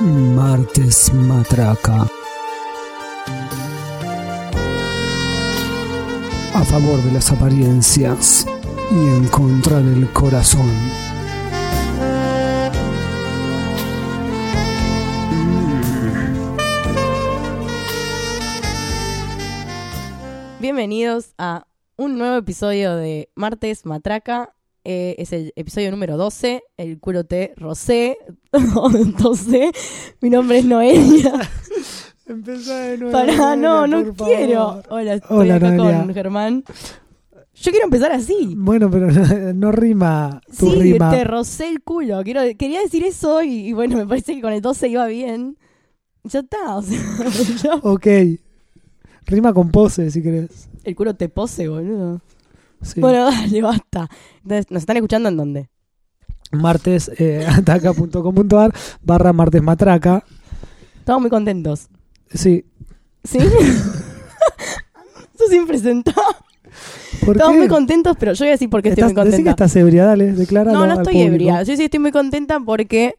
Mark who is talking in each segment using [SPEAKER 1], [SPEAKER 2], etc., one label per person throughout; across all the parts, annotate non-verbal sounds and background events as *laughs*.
[SPEAKER 1] Martes Matraca. A favor de las apariencias y en contra del corazón.
[SPEAKER 2] Bienvenidos a un nuevo episodio de Martes Matraca. Eh, es el episodio número 12, el culo te *laughs* rosé. Entonces, mi nombre es Noelia.
[SPEAKER 1] Empezá de
[SPEAKER 2] *laughs*
[SPEAKER 1] nuevo.
[SPEAKER 2] Para, no,
[SPEAKER 1] Noelia,
[SPEAKER 2] no
[SPEAKER 1] por
[SPEAKER 2] quiero.
[SPEAKER 1] favor.
[SPEAKER 2] Hola, estoy
[SPEAKER 1] Hola,
[SPEAKER 2] acá
[SPEAKER 1] Noelia.
[SPEAKER 2] con Germán. Yo quiero empezar así.
[SPEAKER 1] Bueno, pero *laughs* no, rima tu
[SPEAKER 2] sí,
[SPEAKER 1] rima.
[SPEAKER 2] te rosé el culo. Quiero, quería decir eso y, y bueno, me parece que con el 12 iba bien. Ya está, o sea, *laughs* ya-
[SPEAKER 1] Ok. Rima con pose, si querés.
[SPEAKER 2] el culo te pose, boludo.
[SPEAKER 1] Sí.
[SPEAKER 2] Bueno, dale, basta. Entonces, ¿nos están escuchando en dónde?
[SPEAKER 1] Martes eh, *laughs* ataca.com.ar barra martes matraca.
[SPEAKER 2] Estamos muy contentos.
[SPEAKER 1] Sí. *laughs*
[SPEAKER 2] ¿Sí? Eso siempre sentado.
[SPEAKER 1] ¿Por
[SPEAKER 2] Estamos
[SPEAKER 1] qué?
[SPEAKER 2] muy contentos, pero yo voy a decir por qué estoy
[SPEAKER 1] Estás-
[SPEAKER 2] muy
[SPEAKER 1] decí que
[SPEAKER 2] contenta.
[SPEAKER 1] estás ebria, dale, decláralo
[SPEAKER 2] No, no
[SPEAKER 1] al
[SPEAKER 2] estoy
[SPEAKER 1] público.
[SPEAKER 2] ebria. Yo sí estoy muy contenta porque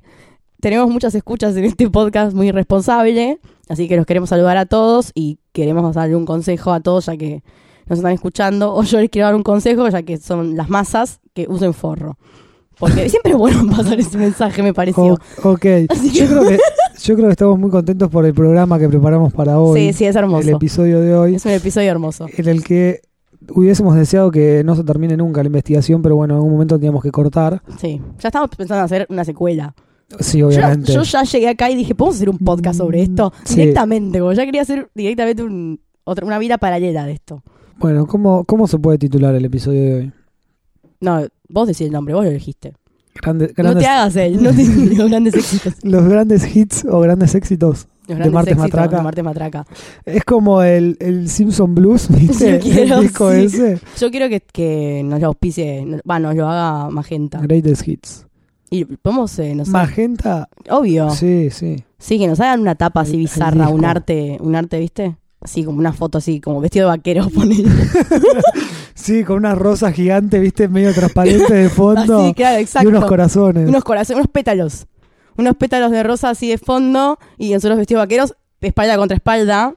[SPEAKER 2] tenemos muchas escuchas en este podcast muy responsable. Así que los queremos saludar a todos y queremos darle un consejo a todos ya que nos están escuchando. O yo les quiero dar un consejo ya que son las masas que usen forro.
[SPEAKER 1] *laughs*
[SPEAKER 2] Porque siempre es bueno pasar ese mensaje, me pareció.
[SPEAKER 1] O- ok.
[SPEAKER 2] *laughs* Así que-
[SPEAKER 1] Yo
[SPEAKER 2] *laughs*
[SPEAKER 1] creo, que, yo creo que estamos muy contentos por el programa que preparamos para hoy.
[SPEAKER 2] sí, sí, es hermoso.
[SPEAKER 1] El episodio de hoy,
[SPEAKER 2] Es un episodio hermoso.
[SPEAKER 1] en el que hubiésemos deseado que no se termine nunca la investigación, pero bueno, en algún momento teníamos que cortar.
[SPEAKER 2] Sí. Ya estamos pensando en hacer una secuela.
[SPEAKER 1] Sí,
[SPEAKER 2] Yo,
[SPEAKER 1] obviamente.
[SPEAKER 2] yo ya llegué acá y dije, ¿podemos hacer un podcast sobre esto?
[SPEAKER 1] Sí.
[SPEAKER 2] Directamente, como ya quería hacer directamente un- otra, una vida paralela de esto.
[SPEAKER 1] Bueno, ¿cómo, ¿cómo se puede titular el episodio de hoy?
[SPEAKER 2] No, vos decís el nombre, vos lo elegiste.
[SPEAKER 1] Grande-
[SPEAKER 2] No
[SPEAKER 1] grandes,
[SPEAKER 2] te hagas él, no
[SPEAKER 1] *laughs*
[SPEAKER 2] te los grandes éxitos.
[SPEAKER 1] los grandes hits o grandes éxitos.
[SPEAKER 2] Los grandes
[SPEAKER 1] Martes
[SPEAKER 2] éxitos
[SPEAKER 1] Matraca.
[SPEAKER 2] de Martes Matraca.
[SPEAKER 1] Es como el, el Simpson
[SPEAKER 2] *laughs*
[SPEAKER 1] Blues, ¿viste?
[SPEAKER 2] Yo quiero,
[SPEAKER 1] el disco
[SPEAKER 2] sí.
[SPEAKER 1] ese.
[SPEAKER 2] Yo quiero que, que nos lo auspicie, no- va, nos lo haga Magenta.
[SPEAKER 1] Greatest Hits.
[SPEAKER 2] Y podemos, eh, no sé,
[SPEAKER 1] Magenta.
[SPEAKER 2] obvio. Sí.
[SPEAKER 1] Sí, sí.
[SPEAKER 2] que nos hagan una tapa así
[SPEAKER 1] El- el
[SPEAKER 2] bizarra, un
[SPEAKER 1] disco.
[SPEAKER 2] arte, un arte, ¿viste? Así como una foto así, como vestido de vaquero, *laughs* ponele.
[SPEAKER 1] Sí, con una rosa gigante, ¿viste? Medio transparente
[SPEAKER 2] *laughs*
[SPEAKER 1] de fondo.
[SPEAKER 2] Así, claro,
[SPEAKER 1] y
[SPEAKER 2] exacto.
[SPEAKER 1] unos corazones.
[SPEAKER 2] unos corazones, unos pétalos. Unos pétalos de rosa así de fondo y en los vestidos vaqueros, espalda contra espalda.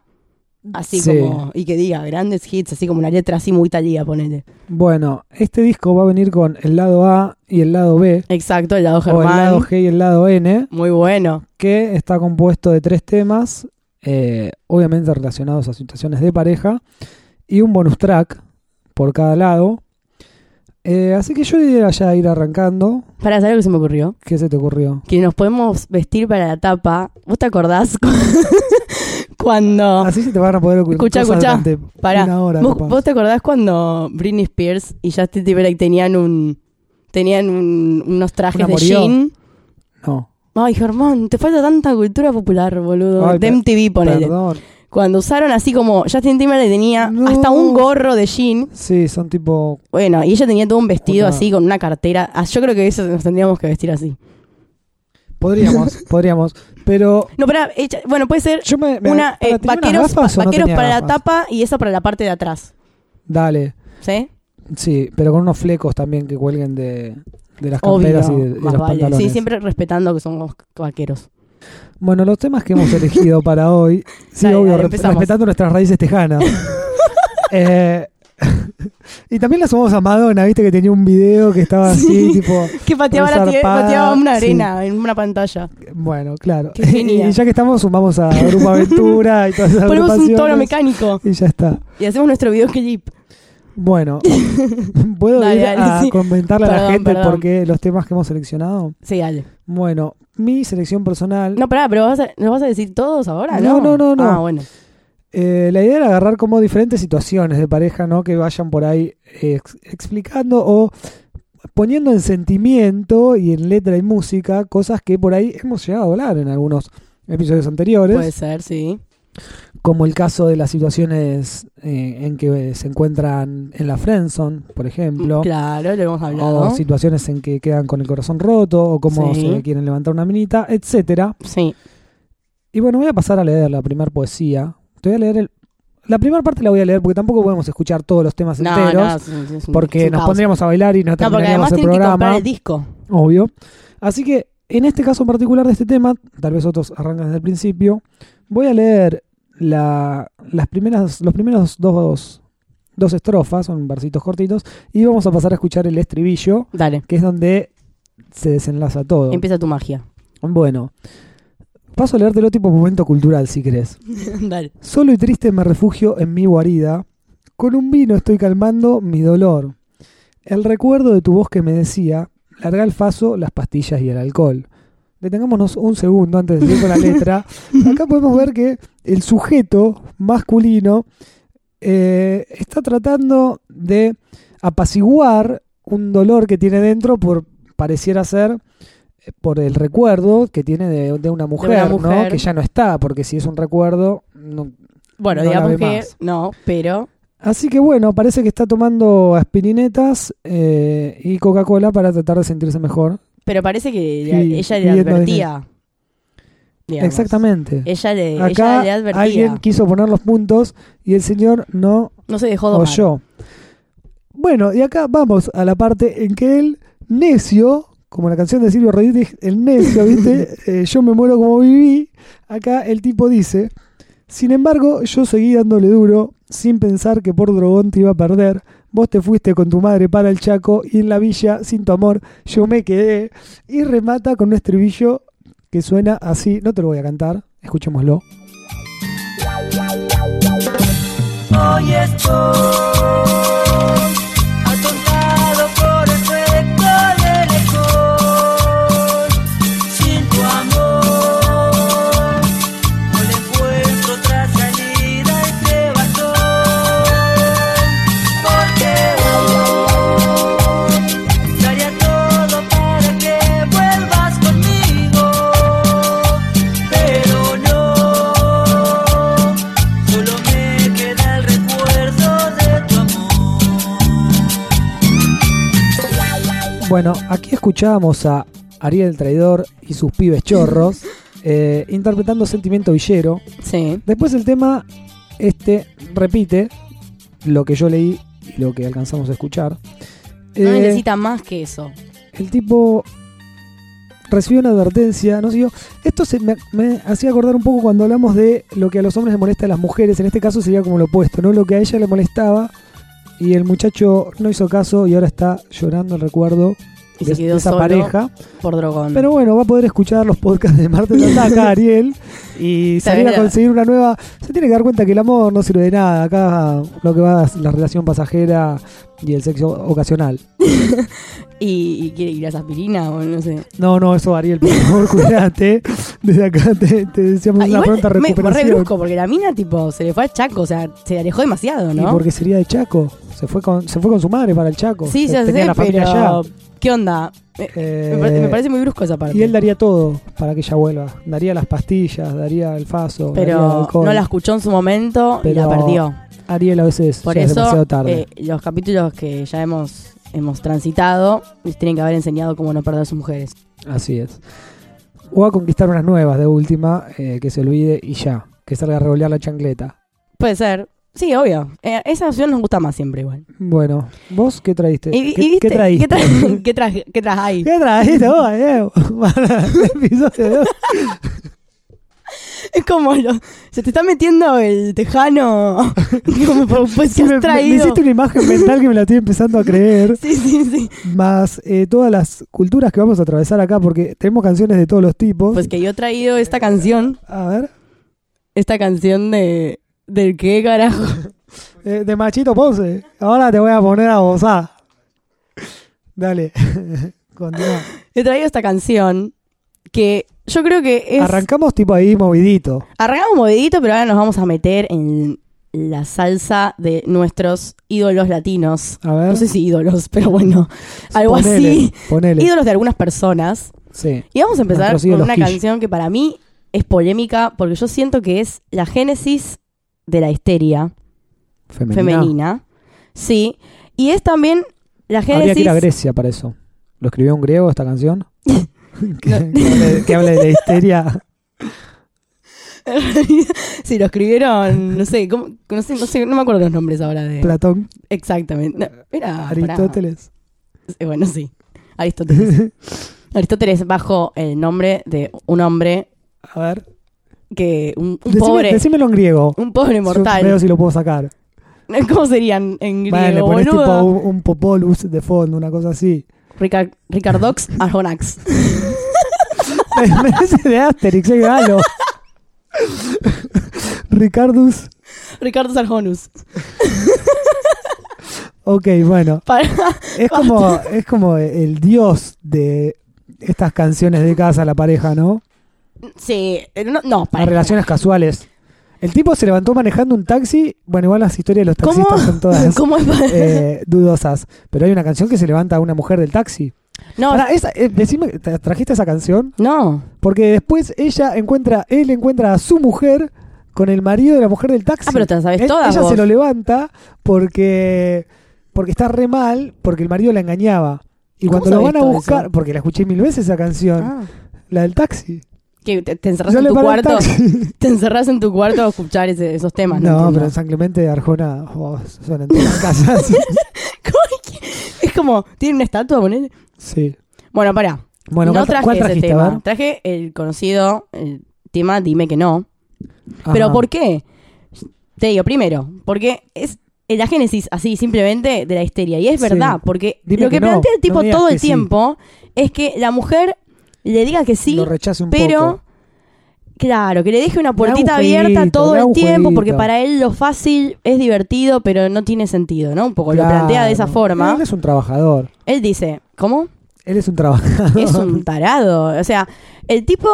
[SPEAKER 2] Así
[SPEAKER 1] Sí.
[SPEAKER 2] como, y que diga, grandes hits, así como una letra así muy talía, ponele.
[SPEAKER 1] Bueno, este disco va a venir con el lado A y el lado B,
[SPEAKER 2] Exacto, el lado
[SPEAKER 1] o el
[SPEAKER 2] Germán.
[SPEAKER 1] lado G y el lado N,
[SPEAKER 2] Muy bueno.
[SPEAKER 1] que está compuesto de tres temas, eh, obviamente relacionados a situaciones de pareja, y un bonus track por cada lado. Eh, así que yo diría ya ir arrancando.
[SPEAKER 2] Para saber lo que se me ocurrió,
[SPEAKER 1] ¿Qué se te ocurrió?
[SPEAKER 2] que nos podemos vestir para la tapa. ¿Vos te acordás cu- *laughs* cuando.
[SPEAKER 1] Así se te van a poder ocurrir
[SPEAKER 2] Escuchá,
[SPEAKER 1] cosas
[SPEAKER 2] escuchá.
[SPEAKER 1] durante
[SPEAKER 2] Pará.
[SPEAKER 1] una hora.
[SPEAKER 2] ¿Vos,
[SPEAKER 1] capaz.
[SPEAKER 2] vos te acordás cuando Britney Spears y Justin Timberlake tenían un. tenían un- unos trajes
[SPEAKER 1] Un
[SPEAKER 2] de
[SPEAKER 1] amorío.
[SPEAKER 2] jean?
[SPEAKER 1] No,
[SPEAKER 2] Ay, Germán, te falta tanta cultura popular, boludo.
[SPEAKER 1] Ay,
[SPEAKER 2] de
[SPEAKER 1] per-
[SPEAKER 2] MTV, ponele.
[SPEAKER 1] perdón.
[SPEAKER 2] Cuando usaron así como Justin Timberlake tenía
[SPEAKER 1] No.
[SPEAKER 2] hasta un gorro de jean.
[SPEAKER 1] Sí, son tipo...
[SPEAKER 2] Bueno, y ella tenía todo un vestido
[SPEAKER 1] Una-
[SPEAKER 2] así con una cartera. Ah, yo creo que eso nos tendríamos que vestir así. *laughs*
[SPEAKER 1] Podríamos, podríamos. Pero
[SPEAKER 2] No, pero bueno, puede ser
[SPEAKER 1] yo me... me- pará,
[SPEAKER 2] una
[SPEAKER 1] ¿tenía
[SPEAKER 2] eh,
[SPEAKER 1] unas
[SPEAKER 2] vaqueros,
[SPEAKER 1] gafas o no
[SPEAKER 2] vaqueros
[SPEAKER 1] tenía
[SPEAKER 2] para la
[SPEAKER 1] gafas?
[SPEAKER 2] tapa y esa para la parte de atrás.
[SPEAKER 1] Dale.
[SPEAKER 2] ¿Sí?
[SPEAKER 1] Sí, pero con unos flecos también que cuelguen de, de las
[SPEAKER 2] Obvio.
[SPEAKER 1] camperas y de, y
[SPEAKER 2] más
[SPEAKER 1] los
[SPEAKER 2] vale.
[SPEAKER 1] pantalones.
[SPEAKER 2] Sí, siempre respetando que somos
[SPEAKER 1] *laughs*
[SPEAKER 2] vaqueros.
[SPEAKER 1] Bueno, los temas que hemos
[SPEAKER 2] *laughs*
[SPEAKER 1] elegido para hoy, sí,
[SPEAKER 2] Dale,
[SPEAKER 1] obvio,
[SPEAKER 2] dale,
[SPEAKER 1] re-
[SPEAKER 2] empezamos.
[SPEAKER 1] respetando nuestras raíces
[SPEAKER 2] *laughs*
[SPEAKER 1] tejanas. Eh, *laughs* y también la sumamos a Madonna, viste que tenía un video que estaba así,
[SPEAKER 2] Sí.
[SPEAKER 1] tipo,
[SPEAKER 2] Que pateaba, la tie-
[SPEAKER 1] Resarpada,
[SPEAKER 2] pateaba una
[SPEAKER 1] sí.
[SPEAKER 2] arena en una pantalla.
[SPEAKER 1] bueno, claro.
[SPEAKER 2] Qué
[SPEAKER 1] *laughs*
[SPEAKER 2] genial.
[SPEAKER 1] y ya que estamos, sumamos a Grupo Aventura y todas esas
[SPEAKER 2] Ponemos un tono
[SPEAKER 1] agrupaciones,
[SPEAKER 2] mecánico
[SPEAKER 1] Y ya está.
[SPEAKER 2] y hacemos nuestro videoclip. *laughs*
[SPEAKER 1] Bueno, ¿puedo
[SPEAKER 2] Dale,
[SPEAKER 1] ir
[SPEAKER 2] dale,
[SPEAKER 1] a
[SPEAKER 2] sí.
[SPEAKER 1] comentarle a la
[SPEAKER 2] Perdón,
[SPEAKER 1] gente
[SPEAKER 2] perdón.
[SPEAKER 1] por qué los temas que hemos seleccionado?
[SPEAKER 2] Sí, dale.
[SPEAKER 1] Bueno, mi selección personal
[SPEAKER 2] No, pará, pero vas a, ¿nos vas a decir todos ahora?
[SPEAKER 1] No,
[SPEAKER 2] No,
[SPEAKER 1] no, no, no.
[SPEAKER 2] Ah, bueno.
[SPEAKER 1] Eh, la idea era agarrar como diferentes situaciones de pareja, ¿no? Que vayan por ahí eh, ex- explicando o poniendo en sentimiento y en letra y música cosas que por ahí hemos llegado a hablar en algunos episodios anteriores,
[SPEAKER 2] Puede ser, sí.
[SPEAKER 1] como el caso de las situaciones eh, en que se encuentran en la friendzone, por ejemplo,
[SPEAKER 2] Claro, lo hemos hablado.
[SPEAKER 1] o
[SPEAKER 2] Sí.
[SPEAKER 1] situaciones en que quedan con el corazón roto o cómo
[SPEAKER 2] Sí.
[SPEAKER 1] se quieren levantar una minita, etcétera. Y bueno, voy a pasar a leer la primera poesía. Te voy a leer el... La primera parte la voy a leer porque tampoco podemos escuchar todos los temas
[SPEAKER 2] No,
[SPEAKER 1] enteros.
[SPEAKER 2] no, es un- es un-
[SPEAKER 1] porque
[SPEAKER 2] es un
[SPEAKER 1] nos
[SPEAKER 2] caos.
[SPEAKER 1] pondríamos a bailar y no
[SPEAKER 2] No, porque
[SPEAKER 1] terminaríamos
[SPEAKER 2] además
[SPEAKER 1] el
[SPEAKER 2] tienen que
[SPEAKER 1] programa.
[SPEAKER 2] comprar el disco.
[SPEAKER 1] Obvio. Así que En este caso en particular de este tema, tal vez otros arrancan desde el principio, voy a leer la- las primeras, los primeros dos, dos estrofas, son versitos cortitos, y vamos a pasar a escuchar el estribillo,
[SPEAKER 2] Dale,
[SPEAKER 1] que es donde se desenlaza todo.
[SPEAKER 2] empieza tu magia.
[SPEAKER 1] *laughs* Bueno, paso a leértelo tipo momento cultural, si querés.
[SPEAKER 2] Dale.
[SPEAKER 1] Solo y triste me refugio en mi guarida. Con un vino estoy calmando mi dolor. El recuerdo de tu voz que me decía, larga el faso, las pastillas y el alcohol. Detengámonos un segundo antes de seguir con la *laughs* letra. Acá podemos ver que el sujeto masculino eh, está tratando de apaciguar un dolor que tiene dentro por pareciera ser eh, por el recuerdo que tiene de, de una mujer, ¿no?
[SPEAKER 2] mujer.
[SPEAKER 1] que ya no está, porque si es un recuerdo, no,
[SPEAKER 2] Bueno,
[SPEAKER 1] No la
[SPEAKER 2] digamos
[SPEAKER 1] ve
[SPEAKER 2] que
[SPEAKER 1] más.
[SPEAKER 2] no, pero
[SPEAKER 1] Así que bueno, parece que está tomando aspirinetas eh, y Coca-Cola para tratar de sentirse mejor.
[SPEAKER 2] pero parece que
[SPEAKER 1] Y-
[SPEAKER 2] ella- ella le
[SPEAKER 1] y Edna
[SPEAKER 2] advertía. digamos.
[SPEAKER 1] Exactamente.
[SPEAKER 2] Ella le, ella
[SPEAKER 1] Acá
[SPEAKER 2] le advertía.
[SPEAKER 1] alguien quiso poner los puntos y el señor no
[SPEAKER 2] No se dejó domar.
[SPEAKER 1] oyó. Bueno, y acá vamos a la parte en que el necio, como la canción de Silvio Rodríguez, el necio, ¿viste? Eh, yo me muero como viví. Acá el tipo dice, sin embargo, yo seguí dándole duro, sin pensar que por drogón te iba a perder. Vos te fuiste con tu madre para el Chaco y en la villa, sin tu amor, yo me quedé. Y remata con un estribillo que suena así. No te lo voy a cantar, escuchémoslo.
[SPEAKER 3] Hoy estoy atontado por el efecto del alcohol. Sin tu amor, no le encuentro otra salida a este bastón. Porque hoy daría todo para que vuelvas conmigo, pero no. Solo me queda el recuerdo de tu amor.
[SPEAKER 1] Bueno, aquí escuchábamos a Ariel el Traidor y sus pibes
[SPEAKER 2] *laughs*
[SPEAKER 1] chorros eh, interpretando Sentimiento Villero.
[SPEAKER 2] Sí.
[SPEAKER 1] Después el tema este repite lo que yo leí y lo que alcanzamos a escuchar.
[SPEAKER 2] No
[SPEAKER 1] Eh,
[SPEAKER 2] necesita más que eso.
[SPEAKER 1] el tipo recibió una advertencia, no siguió. Esto se me, me hacía acordar un poco cuando hablamos de lo que a los hombres les molesta a las mujeres. En este caso sería como lo opuesto, ¿no? Lo que a ella le molestaba y el muchacho no hizo caso y ahora está llorando el recuerdo
[SPEAKER 2] Y
[SPEAKER 1] de,
[SPEAKER 2] se quedó
[SPEAKER 1] de esa
[SPEAKER 2] solo
[SPEAKER 1] pareja.
[SPEAKER 2] por drogón.
[SPEAKER 1] Pero bueno, va a poder escuchar los podcasts de Martes
[SPEAKER 2] *laughs*
[SPEAKER 1] Ataca, Ariel, y salir a
[SPEAKER 2] Saber-
[SPEAKER 1] conseguir una nueva. Se tiene que dar cuenta que el amor no sirve de nada. Acá lo que va es la relación pasajera y el sexo ocasional.
[SPEAKER 2] y, y quiere ir a esa aspirina o no sé.
[SPEAKER 1] No, no, eso, Ariel, por
[SPEAKER 2] *laughs*
[SPEAKER 1] favor, cuídate. Desde acá te, te deseamos
[SPEAKER 2] Ah,
[SPEAKER 1] una
[SPEAKER 2] igual
[SPEAKER 1] pronta
[SPEAKER 2] me- fue re
[SPEAKER 1] recuperación.
[SPEAKER 2] brusco, porque la mina, tipo, se le fue al chaco, o sea, se alejó demasiado,
[SPEAKER 1] Y
[SPEAKER 2] ¿no?
[SPEAKER 1] porque sería de Chaco. Se fue con, se fue con su madre para el Chaco.
[SPEAKER 2] sí,
[SPEAKER 1] Te-
[SPEAKER 2] ya
[SPEAKER 1] tenía
[SPEAKER 2] sé,
[SPEAKER 1] la familia
[SPEAKER 2] pero.
[SPEAKER 1] allá.
[SPEAKER 2] ¿Qué onda? Me-
[SPEAKER 1] Eh,
[SPEAKER 2] me, parece, me parece muy brusco esa parte.
[SPEAKER 1] y él daría todo para que ella vuelva. Daría las pastillas, daría el faso, daría el
[SPEAKER 2] pero
[SPEAKER 1] alcohol.
[SPEAKER 2] no la escuchó en su momento y la
[SPEAKER 1] Pero-
[SPEAKER 2] perdió.
[SPEAKER 1] Ariel a veces
[SPEAKER 2] Por
[SPEAKER 1] ya es
[SPEAKER 2] eso,
[SPEAKER 1] demasiado tarde.
[SPEAKER 2] eh, los capítulos que ya hemos, hemos transitado les tienen que haber enseñado cómo no perder a sus mujeres.
[SPEAKER 1] Así es. O a conquistar unas nuevas de última, eh, que se olvide y ya. Que salga a revolear la chancleta.
[SPEAKER 2] Puede ser. Sí, obvio. Eh, esa opción nos gusta más siempre igual.
[SPEAKER 1] Bueno, ¿vos qué traíste?
[SPEAKER 2] Y- y
[SPEAKER 1] ¿Qué,
[SPEAKER 2] viste-
[SPEAKER 1] qué traíste?
[SPEAKER 2] ¿Qué, tra- *laughs* qué tra- qué traes ahí?
[SPEAKER 1] ¿Qué trajiste vos,
[SPEAKER 2] *laughs*
[SPEAKER 1] Diego? Para el episodio de hoy.
[SPEAKER 2] Es como lo- se te está metiendo el tejano. *laughs*
[SPEAKER 1] *laughs*
[SPEAKER 2] como por- pues que
[SPEAKER 1] Me-
[SPEAKER 2] has
[SPEAKER 1] me- me
[SPEAKER 2] traído.
[SPEAKER 1] hiciste una imagen mental que me la estoy empezando a creer.
[SPEAKER 2] Sí, sí, sí.
[SPEAKER 1] Más eh, todas las culturas que vamos a atravesar acá, porque tenemos canciones de todos los tipos.
[SPEAKER 2] Pues que yo he traído esta canción,
[SPEAKER 1] a ver,
[SPEAKER 2] esta canción de del qué carajo.
[SPEAKER 1] eh, de Machito Ponce. Ahora te voy a poner a gozar. Dale, *laughs* continúa.
[SPEAKER 2] He traído esta canción que yo creo que es
[SPEAKER 1] Arrancamos tipo ahí movidito.
[SPEAKER 2] arrancamos movidito, pero ahora nos vamos a meter en la salsa de nuestros ídolos latinos.
[SPEAKER 1] A ver.
[SPEAKER 2] No sé si ídolos, pero bueno, algo
[SPEAKER 1] Ponele,
[SPEAKER 2] así.
[SPEAKER 1] Ponele.
[SPEAKER 2] Ídolos de algunas personas.
[SPEAKER 1] Sí.
[SPEAKER 2] Y vamos a empezar
[SPEAKER 1] Nuestros
[SPEAKER 2] con
[SPEAKER 1] ídolos
[SPEAKER 2] una
[SPEAKER 1] Kish.
[SPEAKER 2] canción que para mí es polémica porque yo siento que es la génesis de la histeria
[SPEAKER 1] Femenina.
[SPEAKER 2] femenina. Sí. Y es también la
[SPEAKER 1] Habría que
[SPEAKER 2] génesis.
[SPEAKER 1] ir a Grecia para eso. ¿Lo escribió un griego esta canción?
[SPEAKER 2] *laughs*
[SPEAKER 1] que, que hable, que hable de la histeria.
[SPEAKER 2] *laughs* sí, lo escribieron, no sé, ¿cómo? no sé, no sé, no me acuerdo los nombres ahora de.
[SPEAKER 1] Platón,
[SPEAKER 2] Exactamente. No, era- Eh, pará.
[SPEAKER 1] Aristóteles. *laughs*
[SPEAKER 2] Eh, Bueno, sí. Aristóteles. Aristóteles bajo el nombre de un hombre
[SPEAKER 1] A ver.
[SPEAKER 2] que. Un, un
[SPEAKER 1] Decime-
[SPEAKER 2] pobre.
[SPEAKER 1] Decímelo en griego.
[SPEAKER 2] Un pobre
[SPEAKER 1] Yo veo
[SPEAKER 2] mortal.
[SPEAKER 1] si lo puedo sacar.
[SPEAKER 2] *laughs* ¿Cómo serían en griego,
[SPEAKER 1] Vale, le pones
[SPEAKER 2] boludo?
[SPEAKER 1] tipo un, un popolus de fondo, una cosa así. *laughs*
[SPEAKER 2] Rica- Ricardox Arjonax.
[SPEAKER 1] Me dice de Asterix, el galo. *laughs* Ricardus.
[SPEAKER 2] Ricardo Arjonus.
[SPEAKER 1] Ok, bueno.
[SPEAKER 2] Para-
[SPEAKER 1] Es
[SPEAKER 2] *laughs*
[SPEAKER 1] como, es como el dios de estas canciones de casa, la pareja, ¿no?
[SPEAKER 2] Sí, eh, no, no, para.
[SPEAKER 1] Las relaciones casuales. El tipo se levantó manejando un taxi. Bueno, igual las historias de los
[SPEAKER 2] ¿Cómo?
[SPEAKER 1] taxistas son todas
[SPEAKER 2] *laughs* ¿Cómo es para-
[SPEAKER 1] eh, dudosas. Pero hay una canción que se levanta a una mujer del taxi.
[SPEAKER 2] No,
[SPEAKER 1] Pará, esa- eh, decime, ¿tra- ¿trajiste esa canción?
[SPEAKER 2] no.
[SPEAKER 1] Porque después ella encuentra, él encuentra a su mujer con el marido de la mujer del taxi.
[SPEAKER 2] Ah, pero te la sabes
[SPEAKER 1] Él-
[SPEAKER 2] todas
[SPEAKER 1] Ella
[SPEAKER 2] vos.
[SPEAKER 1] se lo levanta porque porque está re mal, porque el marido la engañaba. Y
[SPEAKER 2] ¿Cómo
[SPEAKER 1] cuando lo
[SPEAKER 2] sabés
[SPEAKER 1] van a
[SPEAKER 2] todo
[SPEAKER 1] buscar,
[SPEAKER 2] eso?
[SPEAKER 1] porque la escuché mil veces esa canción,
[SPEAKER 2] Ah.
[SPEAKER 1] la del taxi.
[SPEAKER 2] ¿Qué, te, te encerrás
[SPEAKER 1] Yo
[SPEAKER 2] en
[SPEAKER 1] le
[SPEAKER 2] tu
[SPEAKER 1] paro el
[SPEAKER 2] cuarto?
[SPEAKER 1] taxi.
[SPEAKER 2] *laughs* Te encerrás en tu cuarto a escuchar ese- esos temas. No,
[SPEAKER 1] No,
[SPEAKER 2] entiendo.
[SPEAKER 1] pero en San Clemente de Arjona oh, suenan todas las
[SPEAKER 2] *laughs*
[SPEAKER 1] casas.
[SPEAKER 2] Es como, tiene una estatua, poner.
[SPEAKER 1] sí.
[SPEAKER 2] Bueno, pará.
[SPEAKER 1] Bueno,
[SPEAKER 2] no
[SPEAKER 1] ¿cuál,
[SPEAKER 2] traje
[SPEAKER 1] cuál
[SPEAKER 2] ese
[SPEAKER 1] trajiste? A
[SPEAKER 2] tema.
[SPEAKER 1] ver.
[SPEAKER 2] Traje el conocido el tema Dime que no. Pero
[SPEAKER 1] Ajá.
[SPEAKER 2] ¿por qué? Te digo, primero, porque es la génesis así simplemente de la histeria. Y es
[SPEAKER 1] Sí.
[SPEAKER 2] verdad, porque
[SPEAKER 1] Dime
[SPEAKER 2] lo que,
[SPEAKER 1] que no,
[SPEAKER 2] plantea el tipo
[SPEAKER 1] no me digas
[SPEAKER 2] todo el
[SPEAKER 1] que sí.
[SPEAKER 2] tiempo es que la mujer le diga que sí,
[SPEAKER 1] Lo rechazo un
[SPEAKER 2] pero...
[SPEAKER 1] poco.
[SPEAKER 2] Claro, que le deje una
[SPEAKER 1] un
[SPEAKER 2] puertita
[SPEAKER 1] jueguito,
[SPEAKER 2] abierta todo
[SPEAKER 1] le da
[SPEAKER 2] el
[SPEAKER 1] un
[SPEAKER 2] tiempo, porque
[SPEAKER 1] jueguito.
[SPEAKER 2] para él lo fácil es divertido, pero no tiene sentido, ¿no? Un poco lo plantea de esa
[SPEAKER 1] Claro.
[SPEAKER 2] forma.
[SPEAKER 1] Él es un trabajador.
[SPEAKER 2] Él dice,
[SPEAKER 1] *laughs*
[SPEAKER 2] ¿cómo?
[SPEAKER 1] Él es un trabajador.
[SPEAKER 2] Es un tarado. O sea, el tipo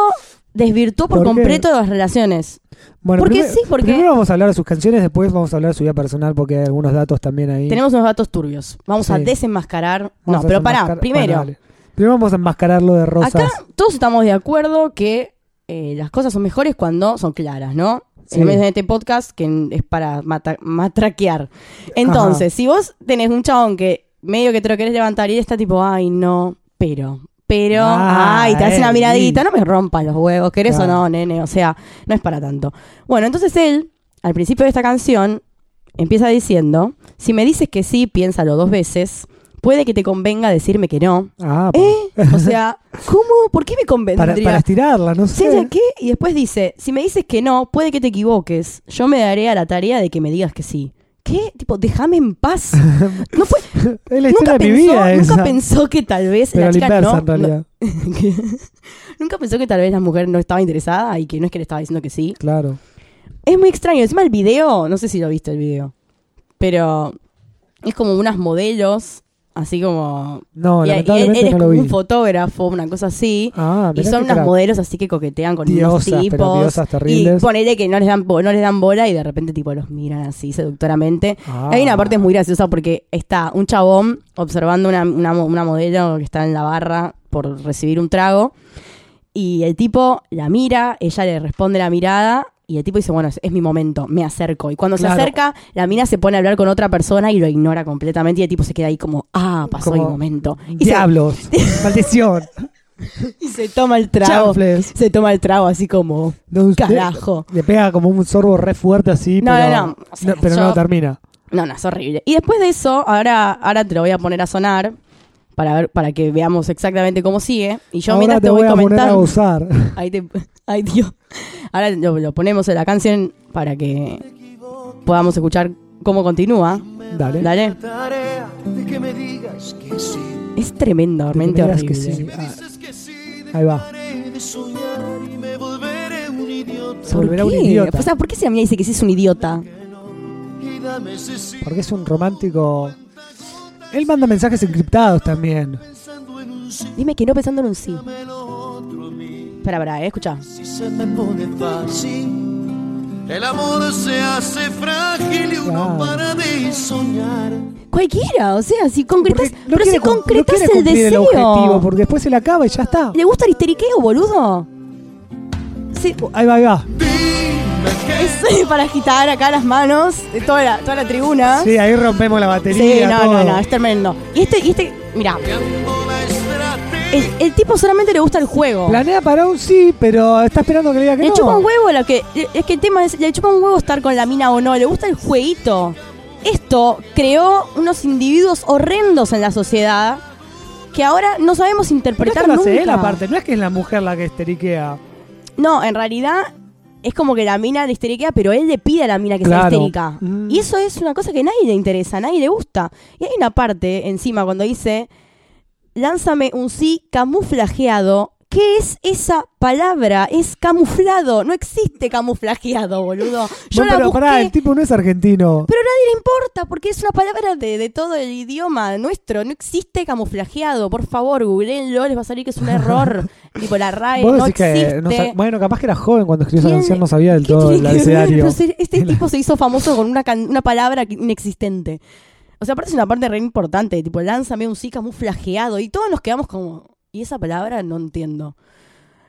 [SPEAKER 2] desvirtuó por,
[SPEAKER 1] ¿Por qué?
[SPEAKER 2] completo las relaciones.
[SPEAKER 1] Bueno,
[SPEAKER 2] Porque
[SPEAKER 1] primero,
[SPEAKER 2] sí, porque-
[SPEAKER 1] primero vamos a hablar de sus canciones, después vamos a hablar de su vida personal porque hay algunos datos también ahí.
[SPEAKER 2] Tenemos unos datos turbios. Vamos a
[SPEAKER 1] Sí.
[SPEAKER 2] desenmascarar.
[SPEAKER 1] Vamos
[SPEAKER 2] no,
[SPEAKER 1] a
[SPEAKER 2] pero pará,
[SPEAKER 1] desenmascar-
[SPEAKER 2] primero.
[SPEAKER 1] Bueno, dale. primero vamos a enmascararlo de rosas.
[SPEAKER 2] acá todos estamos de acuerdo que eh, las cosas son mejores cuando son claras, ¿no?
[SPEAKER 1] Sí.
[SPEAKER 2] En vez de este podcast que en- es para mata- matraquear. Entonces, si vos tenés un chabón que medio que te lo querés levantar y está tipo, ay, no, pero, pero,
[SPEAKER 1] Ah,
[SPEAKER 2] ay, te hace una
[SPEAKER 1] eh,
[SPEAKER 2] miradita,
[SPEAKER 1] sí.
[SPEAKER 2] no me rompas los huevos, querés
[SPEAKER 1] Claro.
[SPEAKER 2] o no, nene, o sea, no es para tanto. Bueno, entonces él, al principio de esta canción, empieza diciendo, si me dices que sí, piénsalo dos veces, puede que te convenga decirme que no.
[SPEAKER 1] Ah, pa-
[SPEAKER 2] ¿Eh? O sea, ¿cómo? ¿Por qué me
[SPEAKER 1] para, para
[SPEAKER 2] convendría?
[SPEAKER 1] estirarla, no
[SPEAKER 2] Sí,
[SPEAKER 1] sé.
[SPEAKER 2] ¿de qué? Y después dice, si me dices que no, puede que te equivoques. Yo me daré a la tarea de que me digas que sí. ¿Qué? Tipo, déjame en paz.
[SPEAKER 1] *laughs*
[SPEAKER 2] No fue,
[SPEAKER 1] es la
[SPEAKER 2] nunca
[SPEAKER 1] historia de mi
[SPEAKER 2] pensó,
[SPEAKER 1] vida
[SPEAKER 2] nunca
[SPEAKER 1] esa.
[SPEAKER 2] pensó que tal vez
[SPEAKER 1] pero
[SPEAKER 2] la
[SPEAKER 1] a la
[SPEAKER 2] chica
[SPEAKER 1] inversa
[SPEAKER 2] no-
[SPEAKER 1] en realidad.
[SPEAKER 2] no- que- nunca pensó que tal vez la mujer no estaba interesada y que no es que le estaba diciendo que sí.
[SPEAKER 1] Claro.
[SPEAKER 2] Es muy extraño. Encima el video, no sé si lo viste el video, pero es como unas modelos, así como...
[SPEAKER 1] No,
[SPEAKER 2] y- y él-
[SPEAKER 1] lamentablemente
[SPEAKER 2] él es
[SPEAKER 1] no lo
[SPEAKER 2] como
[SPEAKER 1] vi.
[SPEAKER 2] un fotógrafo, una cosa así.
[SPEAKER 1] ah,
[SPEAKER 2] Y
[SPEAKER 1] mirá
[SPEAKER 2] son
[SPEAKER 1] qué
[SPEAKER 2] unas
[SPEAKER 1] crack.
[SPEAKER 2] modelos así que coquetean con
[SPEAKER 1] Diosas,
[SPEAKER 2] unos
[SPEAKER 1] pero
[SPEAKER 2] tipos.
[SPEAKER 1] diosas terribles.
[SPEAKER 2] Y ponele que no les dan bo- no les dan bola y de repente tipo los miran así seductoramente.
[SPEAKER 1] Ah.
[SPEAKER 2] Hay una parte muy graciosa porque está un chabón observando una, una, mo- una modelo que está en la barra por recibir un trago. Y el tipo la mira, ella le responde la mirada. Y el tipo dice, bueno, es, es mi momento, me acerco. Y cuando se
[SPEAKER 1] Claro.
[SPEAKER 2] acerca, la mina se pone a hablar con otra persona y lo ignora completamente. Y el tipo se queda ahí como, ah, pasó
[SPEAKER 1] Como,
[SPEAKER 2] mi momento. Y se, *laughs*
[SPEAKER 1] Diablos. Maldición.
[SPEAKER 2] y se toma el trago.
[SPEAKER 1] Chanfles.
[SPEAKER 2] *laughs* Se toma el trago así como,
[SPEAKER 1] No, usted-
[SPEAKER 2] Carajo.
[SPEAKER 1] Le pega como un sorbo re fuerte así,
[SPEAKER 2] No,
[SPEAKER 1] pero
[SPEAKER 2] no, no. O sea,
[SPEAKER 1] pero
[SPEAKER 2] yo-
[SPEAKER 1] no termina.
[SPEAKER 2] No, no, es horrible. Y después de eso, ahora, ahora te lo voy a poner a sonar para ver, para que veamos exactamente cómo sigue. Y yo
[SPEAKER 1] Ahora
[SPEAKER 2] mientras
[SPEAKER 1] te voy a poner a
[SPEAKER 2] *laughs* comentando.
[SPEAKER 1] gozar.
[SPEAKER 2] Ahí te- ay, Dios. Ahora lo, lo ponemos en la canción para que podamos escuchar cómo continúa.
[SPEAKER 1] Dale.
[SPEAKER 2] Dale.
[SPEAKER 4] tarea de que me digas que sí.
[SPEAKER 2] Es tremendamente
[SPEAKER 1] Te miras que
[SPEAKER 2] horrible.
[SPEAKER 1] sí. Ah,
[SPEAKER 4] Dices que sí,
[SPEAKER 1] Ahí va.
[SPEAKER 4] dejaré de soñar y me volveré un idiota.
[SPEAKER 1] se volverá
[SPEAKER 2] ¿Por
[SPEAKER 1] un
[SPEAKER 2] qué?
[SPEAKER 1] idiota.
[SPEAKER 2] O sea, ¿por qué si la mía dice que sí es un idiota?
[SPEAKER 4] Y dame ese sí
[SPEAKER 1] Porque es un romántico. Él manda mensajes encriptados también.
[SPEAKER 4] pensando en un sí,
[SPEAKER 2] Dime que no pensando en un sí.
[SPEAKER 4] dame lo otro a mí.
[SPEAKER 2] Espera, espera, eh, escucha.
[SPEAKER 4] Si se me pone fácil, el amor se hace frágil y uno
[SPEAKER 1] Claro.
[SPEAKER 4] para de soñar.
[SPEAKER 2] Cualquiera, o sea, si concretas,
[SPEAKER 1] Porque
[SPEAKER 2] pero si
[SPEAKER 1] quiere cum-
[SPEAKER 2] concretas
[SPEAKER 1] quiere
[SPEAKER 2] el
[SPEAKER 1] cumplir
[SPEAKER 2] deseo.
[SPEAKER 1] objetivo, porque después se le acaba y ya está.
[SPEAKER 2] ¿Le gusta el histeriqueo, boludo? Sí,
[SPEAKER 1] Ahí va, ahí va.
[SPEAKER 4] Dime que
[SPEAKER 2] es *laughs* para agitar acá las manos de toda la, toda la tribuna.
[SPEAKER 1] Sí, ahí rompemos la batería.
[SPEAKER 2] ¿Ah? Sí, no,
[SPEAKER 1] todo.
[SPEAKER 2] no, no, es tremendo. Y este, y este, mira,
[SPEAKER 4] cambiando la estrategia.
[SPEAKER 2] el, el tipo solamente le gusta el juego.
[SPEAKER 1] Planea para un sí, pero está esperando que le diga que
[SPEAKER 2] Le
[SPEAKER 1] no.
[SPEAKER 2] chupa un huevo lo que. Es que el tema es, le chupa un huevo estar con la mina o no, le gusta el jueguito. Esto creó unos individuos horrendos en la sociedad que ahora no sabemos
[SPEAKER 1] Pero
[SPEAKER 2] interpretar
[SPEAKER 1] esto lo hace
[SPEAKER 2] nunca.
[SPEAKER 1] él aparte, no es que es ¿eh? la mujer la que esteriquea.
[SPEAKER 2] No, en realidad es como que la mina le histeriquea, pero él le pide a la mina que sea
[SPEAKER 1] Claro.
[SPEAKER 2] histérica.
[SPEAKER 1] Mm.
[SPEAKER 2] Y eso es una cosa que a nadie le interesa, a nadie le gusta. Y hay una parte encima cuando dice, lánzame un sí camuflajeado. ¿Qué es esa palabra? Es camuflado. No existe camuflajeado,
[SPEAKER 1] *laughs*
[SPEAKER 2] boludo. Yo
[SPEAKER 1] No,
[SPEAKER 2] la
[SPEAKER 1] pero
[SPEAKER 2] busqué,
[SPEAKER 1] pará, el tipo no es argentino.
[SPEAKER 2] pero a nadie le importa porque es una palabra de, de todo el idioma nuestro. No existe camuflajeado. Por favor, googleenlo, les va a salir que es
[SPEAKER 1] *laughs*
[SPEAKER 2] un error. tipo, la RAE
[SPEAKER 1] Vos
[SPEAKER 2] no
[SPEAKER 1] decís
[SPEAKER 2] existe.
[SPEAKER 1] que. no sab- bueno, capaz que era joven cuando escribió esa
[SPEAKER 2] ¿Quién-
[SPEAKER 1] canción, no sabía del
[SPEAKER 2] *laughs* ¿Qué
[SPEAKER 1] todo
[SPEAKER 2] tiene
[SPEAKER 1] el
[SPEAKER 2] que ver?
[SPEAKER 1] abecedario.
[SPEAKER 2] Pero se-
[SPEAKER 1] *laughs*
[SPEAKER 2] Este tipo se hizo famoso con una, can- una palabra que- inexistente. O sea, aparte es una parte re importante, tipo, lánzame un sí camuflajeado. Y todos nos quedamos como, ¿y esa palabra? No entiendo.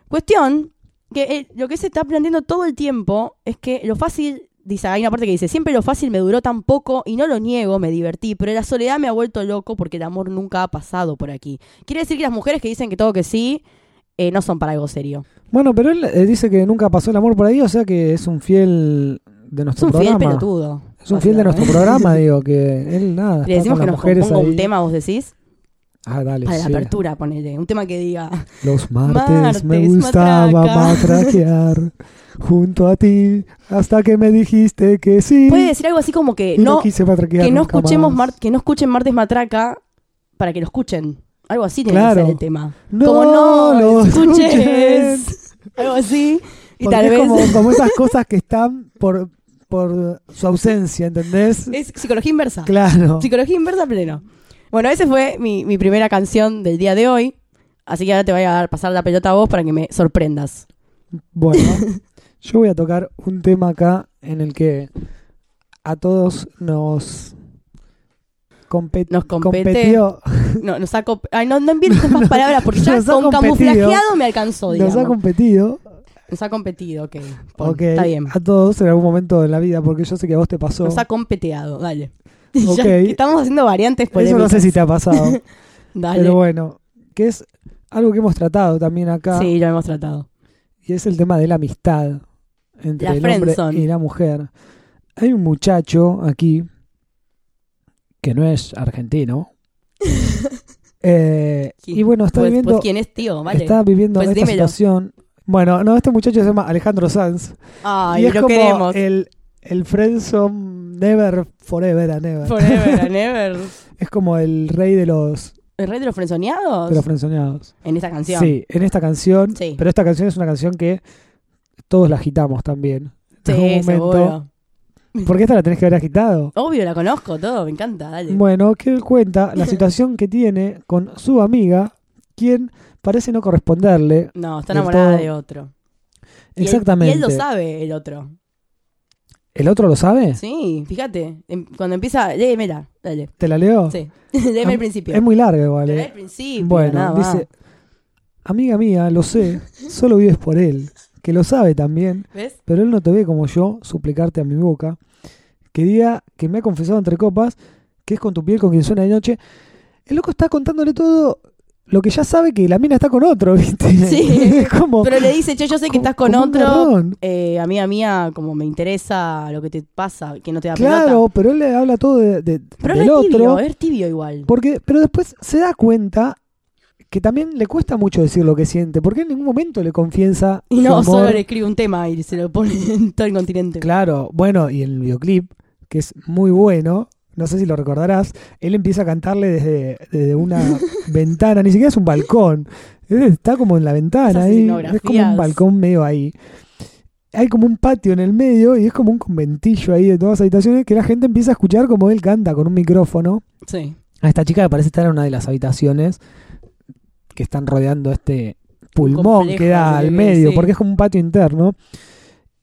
[SPEAKER 2] Cuestión, que eh, lo que se está planteando todo el tiempo es que lo fácil, dice, hay una parte que dice, siempre lo fácil me duró tan poco y no lo niego, me divertí, pero la soledad me ha vuelto loco porque el amor nunca ha pasado por aquí. Quiere decir que las mujeres que dicen que todo que sí, eh, no son para algo serio.
[SPEAKER 1] Bueno, pero él eh, dice que nunca pasó el amor por ahí, o sea que es un fiel de
[SPEAKER 2] Es
[SPEAKER 1] nuestro
[SPEAKER 2] un fiel
[SPEAKER 1] programa.
[SPEAKER 2] pelotudo.
[SPEAKER 1] Es un fiel de nuestro
[SPEAKER 2] básicamente. *laughs*
[SPEAKER 1] programa, digo, que él nada. está
[SPEAKER 2] Le decimos
[SPEAKER 1] con
[SPEAKER 2] que
[SPEAKER 1] las
[SPEAKER 2] nos
[SPEAKER 1] mujeres
[SPEAKER 2] componga un
[SPEAKER 1] ahí.
[SPEAKER 2] tema, vos decís,
[SPEAKER 1] Ah, dale,
[SPEAKER 2] para
[SPEAKER 1] sí.
[SPEAKER 2] la apertura, ponele. Un tema
[SPEAKER 1] *laughs*
[SPEAKER 2] que diga,
[SPEAKER 1] Los martes, me
[SPEAKER 2] Martes,
[SPEAKER 1] gustaba
[SPEAKER 2] matraca.
[SPEAKER 1] matraquear junto a ti hasta que me dijiste que sí.
[SPEAKER 2] puede decir algo así como que
[SPEAKER 1] y no,
[SPEAKER 2] no,
[SPEAKER 1] quise matraquear
[SPEAKER 2] que no
[SPEAKER 1] nunca
[SPEAKER 2] escuchemos
[SPEAKER 1] más.
[SPEAKER 2] mar- que no escuchen martes matraca para que lo escuchen. Algo así tiene que
[SPEAKER 1] Claro.
[SPEAKER 2] ser el tema.
[SPEAKER 1] No,
[SPEAKER 2] como no
[SPEAKER 1] lo
[SPEAKER 2] lo escuches.
[SPEAKER 1] escuchen.
[SPEAKER 2] Algo así. Y
[SPEAKER 1] Porque
[SPEAKER 2] tal
[SPEAKER 1] es
[SPEAKER 2] vez
[SPEAKER 1] Como, como
[SPEAKER 2] *laughs*
[SPEAKER 1] esas cosas que están por, por su ausencia, ¿entendés?
[SPEAKER 2] es psicología inversa.
[SPEAKER 1] Claro.
[SPEAKER 2] Psicología inversa pleno. Bueno, esa fue mi, mi primera canción del día de hoy. Así que ahora te voy a dar- pasar la pelota a vos para que me sorprendas. *laughs*
[SPEAKER 1] Bueno, yo voy a tocar un tema acá en el que a todos nos, compet-
[SPEAKER 2] Nos compete.
[SPEAKER 1] competió.
[SPEAKER 2] No, nos ha comp- Ay, no, no inviertes más palabras
[SPEAKER 1] *laughs*
[SPEAKER 2] porque ya
[SPEAKER 1] Nos ha
[SPEAKER 2] con
[SPEAKER 1] competido.
[SPEAKER 2] camuflajeado me alcanzó, digamos.
[SPEAKER 1] Nos ha competido.
[SPEAKER 2] Nos ha competido, ok. Pon,
[SPEAKER 1] ok,
[SPEAKER 2] Está bien.
[SPEAKER 1] A todos en algún momento de la vida, porque yo sé que a vos te pasó.
[SPEAKER 2] Nos ha competeado, dale. *laughs*
[SPEAKER 1] Ok.
[SPEAKER 2] Ya que estamos haciendo variantes
[SPEAKER 1] Eso
[SPEAKER 2] polémicas.
[SPEAKER 1] no sé si te ha pasado.
[SPEAKER 2] *laughs* Dale.
[SPEAKER 1] pero bueno, que es algo que hemos tratado también acá.
[SPEAKER 2] Sí, ya hemos tratado.
[SPEAKER 1] y es el tema de la amistad entre
[SPEAKER 2] La
[SPEAKER 1] el hombre
[SPEAKER 2] friendzone.
[SPEAKER 1] y la mujer. Hay un muchacho aquí que no es argentino. eh,
[SPEAKER 2] ¿Quién?
[SPEAKER 1] y bueno, está
[SPEAKER 2] Pues,
[SPEAKER 1] viviendo,
[SPEAKER 2] pues, ¿quién es, tío? Vale.
[SPEAKER 1] está viviendo
[SPEAKER 2] Pues
[SPEAKER 1] esta
[SPEAKER 2] dímelo.
[SPEAKER 1] situación. Bueno, no, este muchacho se llama Alejandro Sanz.
[SPEAKER 2] Ay,
[SPEAKER 1] y es
[SPEAKER 2] lo
[SPEAKER 1] como eh,
[SPEAKER 2] queremos.
[SPEAKER 1] el, el friendzone never, forever and ever.
[SPEAKER 2] *laughs* Forever and ever.
[SPEAKER 1] es como el rey de los,
[SPEAKER 2] ¿El rey de los frenzoneados?
[SPEAKER 1] de los friendzoneados.
[SPEAKER 2] En esta canción.
[SPEAKER 1] Sí, en esta canción.
[SPEAKER 2] Sí.
[SPEAKER 1] Pero esta canción es una canción que todos la agitamos también.
[SPEAKER 2] Sí,
[SPEAKER 1] En algún momento.
[SPEAKER 2] seguro.
[SPEAKER 1] Porque esta la tenés que haber agitado.
[SPEAKER 2] Obvio, la conozco, todo, me encanta, dale.
[SPEAKER 1] Bueno, que él cuenta
[SPEAKER 2] *laughs*
[SPEAKER 1] la situación que tiene con su amiga, quien parece no corresponderle.
[SPEAKER 2] no, está
[SPEAKER 1] del
[SPEAKER 2] enamorada
[SPEAKER 1] todo.
[SPEAKER 2] de otro. Y él-
[SPEAKER 1] Exactamente.
[SPEAKER 2] Y él, lo sabe, el otro.
[SPEAKER 1] ¿El otro lo sabe?
[SPEAKER 2] Sí, fíjate. em- Cuando empieza, léemela, dale.
[SPEAKER 1] ¿Te la leo?
[SPEAKER 2] Sí, *laughs* léeme el principio.
[SPEAKER 1] Es muy larga,
[SPEAKER 2] Pero al
[SPEAKER 1] ¿vale?
[SPEAKER 2] principio, nada
[SPEAKER 1] Em, bueno,
[SPEAKER 2] más.
[SPEAKER 1] dice, amiga mía, lo sé, solo vives por él, que lo sabe también,
[SPEAKER 2] ¿Ves?
[SPEAKER 1] pero él no te ve como yo, suplicarte a mi boca. Quería que me ha confesado entre copas que es con tu piel con quien suena de noche. El loco está contándole todo lo que ya sabe que la mina está con otro, *laughs* ¿viste?
[SPEAKER 2] Sí.
[SPEAKER 1] es como...
[SPEAKER 2] Pero le dice, che, yo sé que estás con
[SPEAKER 1] oh, como un
[SPEAKER 2] otro.
[SPEAKER 1] garrón.
[SPEAKER 2] Eh, amiga mía, como me interesa lo que te pasa, que no te da
[SPEAKER 1] Claro,
[SPEAKER 2] pelota.
[SPEAKER 1] pero él le habla todo de, de-
[SPEAKER 2] Pero
[SPEAKER 1] del
[SPEAKER 2] es re tibio, eh.
[SPEAKER 1] otro.
[SPEAKER 2] es tibio igual.
[SPEAKER 1] Porque, pero después se da cuenta que también le cuesta mucho decir lo que siente, porque en ningún momento le confiesa.
[SPEAKER 2] Y
[SPEAKER 1] su
[SPEAKER 2] *laughs* no,
[SPEAKER 1] amor.
[SPEAKER 2] solo le escribe un tema y se lo pone *laughs* en todo el continente.
[SPEAKER 1] Claro, bueno, y el videoclip, que es muy bueno, no sé si lo recordarás, él empieza a cantarle desde, desde
[SPEAKER 2] *laughs*
[SPEAKER 1] una ventana, ni siquiera es un balcón, él está como en la ventana,
[SPEAKER 2] Esas
[SPEAKER 1] ahí, es como
[SPEAKER 2] escenografías.
[SPEAKER 1] un balcón medio ahí. Hay como un patio en el medio y es como un conventillo ahí de todas las habitaciones que la gente empieza a escuchar como él canta con un micrófono
[SPEAKER 2] Sí.
[SPEAKER 1] a esta chica que parece estar en una de las habitaciones que están rodeando este pulmón
[SPEAKER 2] Complejo,
[SPEAKER 1] que da al
[SPEAKER 2] sí,
[SPEAKER 1] medio,
[SPEAKER 2] sí.
[SPEAKER 1] porque es como un patio interno.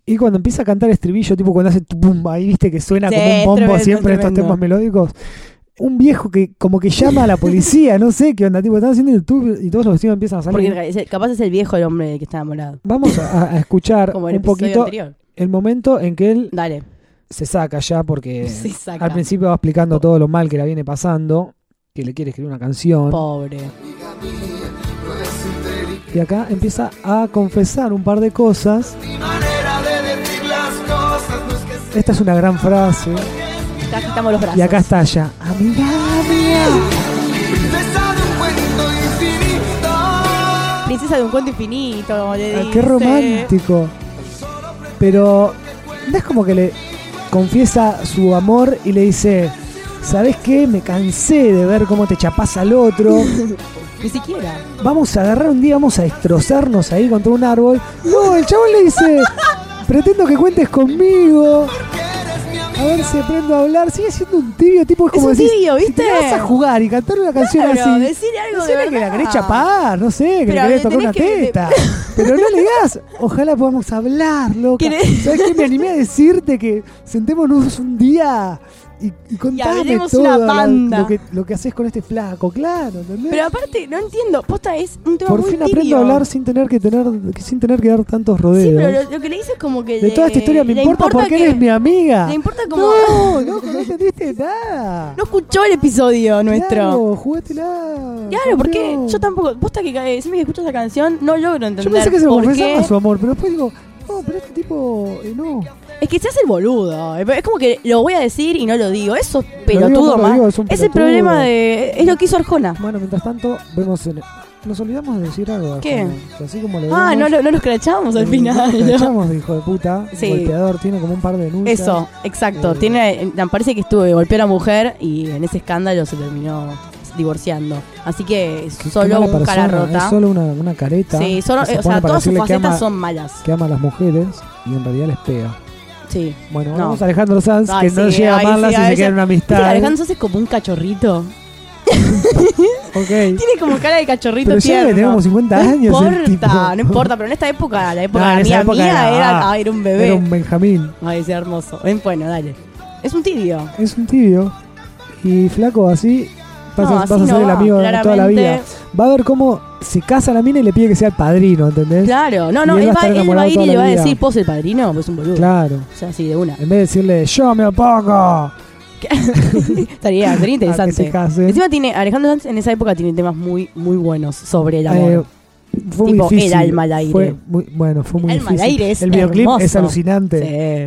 [SPEAKER 1] Y cuando empieza a cantar estribillo, tipo cuando hace tupum, ahí viste que suena
[SPEAKER 2] Sí,
[SPEAKER 1] como un
[SPEAKER 2] es
[SPEAKER 1] bombo
[SPEAKER 2] tremendo,
[SPEAKER 1] siempre en estos
[SPEAKER 2] tremendo.
[SPEAKER 1] temas melódicos. Un viejo que como que llama a la policía, no sé qué onda, tipo, están haciendo YouTube y todos los vecinos empiezan a salir.
[SPEAKER 2] Porque es- capaz es el viejo el hombre del que está enamorado.
[SPEAKER 1] Vamos a, a escuchar
[SPEAKER 2] Como el
[SPEAKER 1] un
[SPEAKER 2] episodio
[SPEAKER 1] poquito
[SPEAKER 2] anterior.
[SPEAKER 1] el momento en que él
[SPEAKER 2] Dale.
[SPEAKER 1] se saca ya porque
[SPEAKER 2] *laughs* Se saca.
[SPEAKER 1] eh, al principio va explicando todo lo mal que la viene pasando, que le quiere escribir una canción.
[SPEAKER 2] Pobre.
[SPEAKER 1] Y acá empieza a confesar un par de cosas. Esta es una gran frase.
[SPEAKER 2] Acá agitamos los brazos.
[SPEAKER 1] Ah, Y acá estalla. Amiga mía.
[SPEAKER 4] Les haré un cuento y
[SPEAKER 2] princesa de un cuento infinito. Le
[SPEAKER 1] Ah,
[SPEAKER 2] dice.
[SPEAKER 1] qué romántico. Pero no es como que le confiesa su amor y le dice, ¿sabes qué? Me cansé de ver cómo te chapás al otro.
[SPEAKER 2] Ni siquiera.
[SPEAKER 1] Vamos a agarrar un día, vamos a destrozarnos ahí contra un árbol. No, el chabón le dice, pretendo que cuentes conmigo. A ver si aprendo a hablar. Sigue siendo un tibio, tipo, es
[SPEAKER 2] Es
[SPEAKER 1] como
[SPEAKER 2] un
[SPEAKER 1] decís,
[SPEAKER 2] tibio,
[SPEAKER 1] si
[SPEAKER 2] ¿viste?
[SPEAKER 1] te vas a jugar y cantar una canción
[SPEAKER 2] Claro,
[SPEAKER 1] así.
[SPEAKER 2] decir algo de
[SPEAKER 1] Decirle que la
[SPEAKER 2] verdad.
[SPEAKER 1] querés chapar, no sé, que
[SPEAKER 2] Pero
[SPEAKER 1] le querés
[SPEAKER 2] le
[SPEAKER 1] tocar
[SPEAKER 2] tenés
[SPEAKER 1] una
[SPEAKER 2] que- le-
[SPEAKER 1] teta. Pero no le digas, ojalá podamos hablar, loca.
[SPEAKER 2] ¿Querés?
[SPEAKER 1] ¿Sabes qué? Me animé a decirte que sentémonos un día y, y contame
[SPEAKER 2] hablemos
[SPEAKER 1] todo
[SPEAKER 2] una
[SPEAKER 1] lo-
[SPEAKER 2] banda.
[SPEAKER 1] Lo, que, lo que haces con este flaco, claro, ¿entendés?
[SPEAKER 2] Pero aparte, no entiendo. Posta es un tema
[SPEAKER 1] Por
[SPEAKER 2] muy
[SPEAKER 1] fin
[SPEAKER 2] tibio.
[SPEAKER 1] aprendo a hablar sin tener que tener sin tener que dar tantos rodeos.
[SPEAKER 2] Sí, pero lo, lo que le dice es como que.
[SPEAKER 1] de
[SPEAKER 2] le-
[SPEAKER 1] toda esta historia me
[SPEAKER 2] le
[SPEAKER 1] importa, porque
[SPEAKER 2] que-
[SPEAKER 1] eres mi amiga.
[SPEAKER 2] Le importa como.
[SPEAKER 1] No, loco, no entendiste nada.
[SPEAKER 2] *laughs* No escuchó el episodio nuestro.
[SPEAKER 1] Claro, jugátela.
[SPEAKER 2] Claro, porque
[SPEAKER 1] campeón.
[SPEAKER 2] yo tampoco. Posta que eh, siempre que escucho esa canción no logro entender.
[SPEAKER 1] Yo pensé que se lo
[SPEAKER 2] por
[SPEAKER 1] confesaba
[SPEAKER 2] qué.
[SPEAKER 1] su amor, pero después digo, no, pero este tipo, eh, no.
[SPEAKER 2] Es que se hace el boludo. Es como que lo voy a decir y no lo digo. Eso es
[SPEAKER 1] Lo digo,
[SPEAKER 2] pelotudo
[SPEAKER 1] no lo
[SPEAKER 2] más.
[SPEAKER 1] digo, es un
[SPEAKER 2] Es el
[SPEAKER 1] pelotudo.
[SPEAKER 2] problema de. Es lo que hizo Arjona.
[SPEAKER 1] Bueno, mientras tanto, vemos. en- Nos olvidamos de decir algo. de
[SPEAKER 2] ¿Qué?
[SPEAKER 1] Arjona, que así como lo
[SPEAKER 2] Ah,
[SPEAKER 1] vemos,
[SPEAKER 2] no, lo- no nos crachamos al
[SPEAKER 1] eh, nos
[SPEAKER 2] final. ¿no?
[SPEAKER 1] cachamos de hijo de puta.
[SPEAKER 2] Sí.
[SPEAKER 1] Golpeador, tiene como un par de denuncias.
[SPEAKER 2] Eso, exacto.
[SPEAKER 1] Eh,
[SPEAKER 2] Tiene, eh, parece que estuve, golpeó a la mujer y en ese escándalo se terminó divorciando. Así que
[SPEAKER 1] Qué- qué
[SPEAKER 2] solo
[SPEAKER 1] mala
[SPEAKER 2] un cara
[SPEAKER 1] persona,
[SPEAKER 2] rota.
[SPEAKER 1] Es solo una, una careta.
[SPEAKER 2] sí, solo-
[SPEAKER 1] que se
[SPEAKER 2] eh, o
[SPEAKER 1] pone
[SPEAKER 2] sea,
[SPEAKER 1] para
[SPEAKER 2] todas sus
[SPEAKER 1] decirle que
[SPEAKER 2] facetas
[SPEAKER 1] ama-
[SPEAKER 2] son malas.
[SPEAKER 1] Que ama a las mujeres y en realidad les pega.
[SPEAKER 2] Sí.
[SPEAKER 1] Bueno,
[SPEAKER 2] No.
[SPEAKER 1] vamos a Alejandro Sanz,
[SPEAKER 2] Ay,
[SPEAKER 1] que no
[SPEAKER 2] sí,
[SPEAKER 1] llega a
[SPEAKER 2] ay,
[SPEAKER 1] amarlas y
[SPEAKER 2] sí, a
[SPEAKER 1] se
[SPEAKER 2] ella-
[SPEAKER 1] queda en una
[SPEAKER 2] ¿Viste que
[SPEAKER 1] amistad.
[SPEAKER 2] Alejandro Sanz es como un cachorrito?
[SPEAKER 1] Ok.
[SPEAKER 2] Tiene como cara de cachorrito
[SPEAKER 1] Pero ya
[SPEAKER 2] tierno.
[SPEAKER 1] le tenemos 50 años.
[SPEAKER 2] No
[SPEAKER 1] el tipo.
[SPEAKER 2] importa, no importa, pero en esta época, la época
[SPEAKER 1] No, en
[SPEAKER 2] de
[SPEAKER 1] esa
[SPEAKER 2] la mía,
[SPEAKER 1] época
[SPEAKER 2] mía
[SPEAKER 1] era-
[SPEAKER 2] era, ah, era un bebé.
[SPEAKER 1] *laughs* Era un Benjamín.
[SPEAKER 2] Ay, sí, hermoso. Eh, Bueno, dale. Es un tibio.
[SPEAKER 1] Es un tibio. Y flaco así. Vas,
[SPEAKER 2] No,
[SPEAKER 1] a-
[SPEAKER 2] así
[SPEAKER 1] vas a
[SPEAKER 2] no
[SPEAKER 1] ser el
[SPEAKER 2] va,
[SPEAKER 1] amigo de toda la vida.
[SPEAKER 2] claramente.
[SPEAKER 1] Va a ver cómo se casa la mina y le pide que sea el padrino, ¿entendés?
[SPEAKER 2] Claro, no, no,
[SPEAKER 1] Y él
[SPEAKER 2] él
[SPEAKER 1] va a
[SPEAKER 2] va,
[SPEAKER 1] estar
[SPEAKER 2] él va a ir
[SPEAKER 1] enamorado
[SPEAKER 2] y le
[SPEAKER 1] toda
[SPEAKER 2] va a
[SPEAKER 1] la vida.
[SPEAKER 2] decir, ¿vos el padrino? Pues un boludo.
[SPEAKER 1] Claro.
[SPEAKER 2] O sea, así de una. *laughs*
[SPEAKER 1] En vez de decirle, yo me opongo. *laughs*
[SPEAKER 2] Estaría, sería
[SPEAKER 1] a Ah, que se
[SPEAKER 2] interesante.
[SPEAKER 1] case.
[SPEAKER 2] Encima tiene, Alejandro Sanz en esa época tiene temas muy, muy buenos sobre el amor.
[SPEAKER 1] Eh, fue
[SPEAKER 2] Tipo,
[SPEAKER 1] muy difícil.
[SPEAKER 2] el alma al aire.
[SPEAKER 1] Fue muy- bueno, fue muy
[SPEAKER 2] El alma al
[SPEAKER 1] difícil.
[SPEAKER 2] aire es
[SPEAKER 1] el videoclip
[SPEAKER 2] hermoso.
[SPEAKER 1] es alucinante.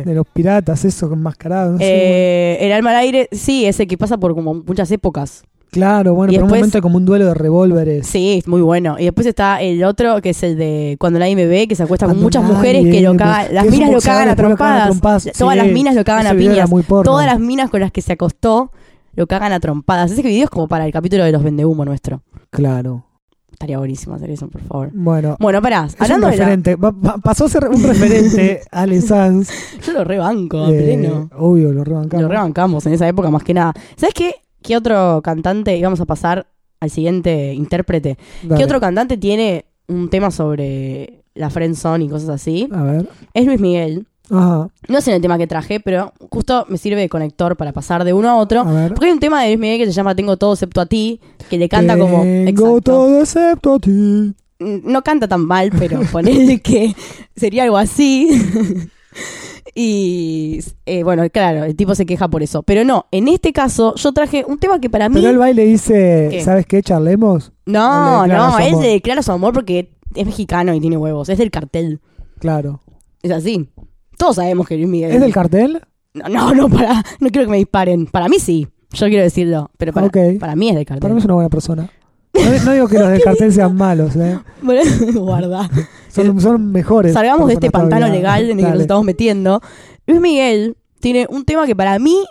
[SPEAKER 2] Sí.
[SPEAKER 1] De los piratas, eso, enmascarado. No sé.
[SPEAKER 2] Eh, el alma al aire, sí, ese que pasa por como muchas épocas.
[SPEAKER 1] Claro, bueno,
[SPEAKER 2] y
[SPEAKER 1] pero en un
[SPEAKER 2] después-
[SPEAKER 1] momento hay como un duelo de revólveres.
[SPEAKER 2] Sí, es muy bueno. Y después está el otro, que es el de cuando nadie me ve, que se acuesta con
[SPEAKER 1] Cuando
[SPEAKER 2] muchas
[SPEAKER 1] nadie
[SPEAKER 2] mujeres que lo
[SPEAKER 1] me-
[SPEAKER 2] cagan, las
[SPEAKER 1] que es un
[SPEAKER 2] minas lo
[SPEAKER 1] boxeador,
[SPEAKER 2] cagan a
[SPEAKER 1] después lo cagan a
[SPEAKER 2] trompadas.
[SPEAKER 1] trompadas.
[SPEAKER 2] Todas
[SPEAKER 1] Sí.
[SPEAKER 2] las minas lo cagan a
[SPEAKER 1] Ese video era
[SPEAKER 2] piñas.
[SPEAKER 1] muy porno.
[SPEAKER 2] Todas las minas con las que se acostó lo cagan a trompadas. Ese video es como para el capítulo de los vendehumo nuestro.
[SPEAKER 1] Claro.
[SPEAKER 2] Estaría buenísimo hacer eso, por favor.
[SPEAKER 1] Bueno,
[SPEAKER 2] Bueno, pará,
[SPEAKER 1] es un
[SPEAKER 2] hablando de la-
[SPEAKER 1] referente. Va- va- pasó a ser un
[SPEAKER 2] *laughs*
[SPEAKER 1] referente Ale Sanz.
[SPEAKER 2] Yo lo rebanco, a
[SPEAKER 1] Eh,
[SPEAKER 2] pleno.
[SPEAKER 1] obvio, lo rebancamos.
[SPEAKER 2] Lo rebancamos en esa época más que nada. ¿Sabes qué? ¿Qué otro cantante íbamos a pasar al siguiente intérprete?
[SPEAKER 1] Dale.
[SPEAKER 2] ¿Qué otro cantante tiene un tema sobre la friendzone y cosas así?
[SPEAKER 1] A ver.
[SPEAKER 2] Es Luis Miguel.
[SPEAKER 1] Ajá.
[SPEAKER 2] No es en el tema que traje, pero justo me sirve de conector para pasar de uno a otro.
[SPEAKER 1] A ver.
[SPEAKER 2] Porque hay un tema de Luis Miguel que se llama Tengo todo excepto a ti, que le canta como...
[SPEAKER 1] Tengo
[SPEAKER 2] Exacto.
[SPEAKER 1] todo excepto a ti.
[SPEAKER 2] mm, no canta tan mal,
[SPEAKER 1] *laughs*
[SPEAKER 2] pero ponele que sería algo así. *laughs* y eh, bueno, claro, el tipo se queja por eso. Pero no, en este caso yo traje un tema que para mí...
[SPEAKER 1] Pero el baile dice,
[SPEAKER 2] ¿Qué?
[SPEAKER 1] ¿sabes qué? Charlemos. le
[SPEAKER 2] no,
[SPEAKER 1] declara
[SPEAKER 2] no,
[SPEAKER 1] su
[SPEAKER 2] él
[SPEAKER 1] amor.
[SPEAKER 2] se declara su amor porque es mexicano y tiene huevos. Es del cartel.
[SPEAKER 1] Claro.
[SPEAKER 2] Es así. Todos sabemos que Luis Miguel...
[SPEAKER 1] ¿Es del cartel?
[SPEAKER 2] No, no, no, para, no quiero que me disparen. Para mí sí, yo quiero decirlo. Pero para,
[SPEAKER 1] Ok.
[SPEAKER 2] para mí es del cartel.
[SPEAKER 1] Para mí es una buena persona. No, no digo que
[SPEAKER 2] *laughs*
[SPEAKER 1] los del cartel sean malos, ¿eh?
[SPEAKER 2] Bueno, *laughs* guarda.
[SPEAKER 1] Son, son mejores.
[SPEAKER 2] Eh, Salgamos de este
[SPEAKER 1] personas
[SPEAKER 2] pantano
[SPEAKER 1] todavía.
[SPEAKER 2] legal en el que nos
[SPEAKER 1] Dale.
[SPEAKER 2] estamos metiendo. Luis Miguel tiene un tema que para mí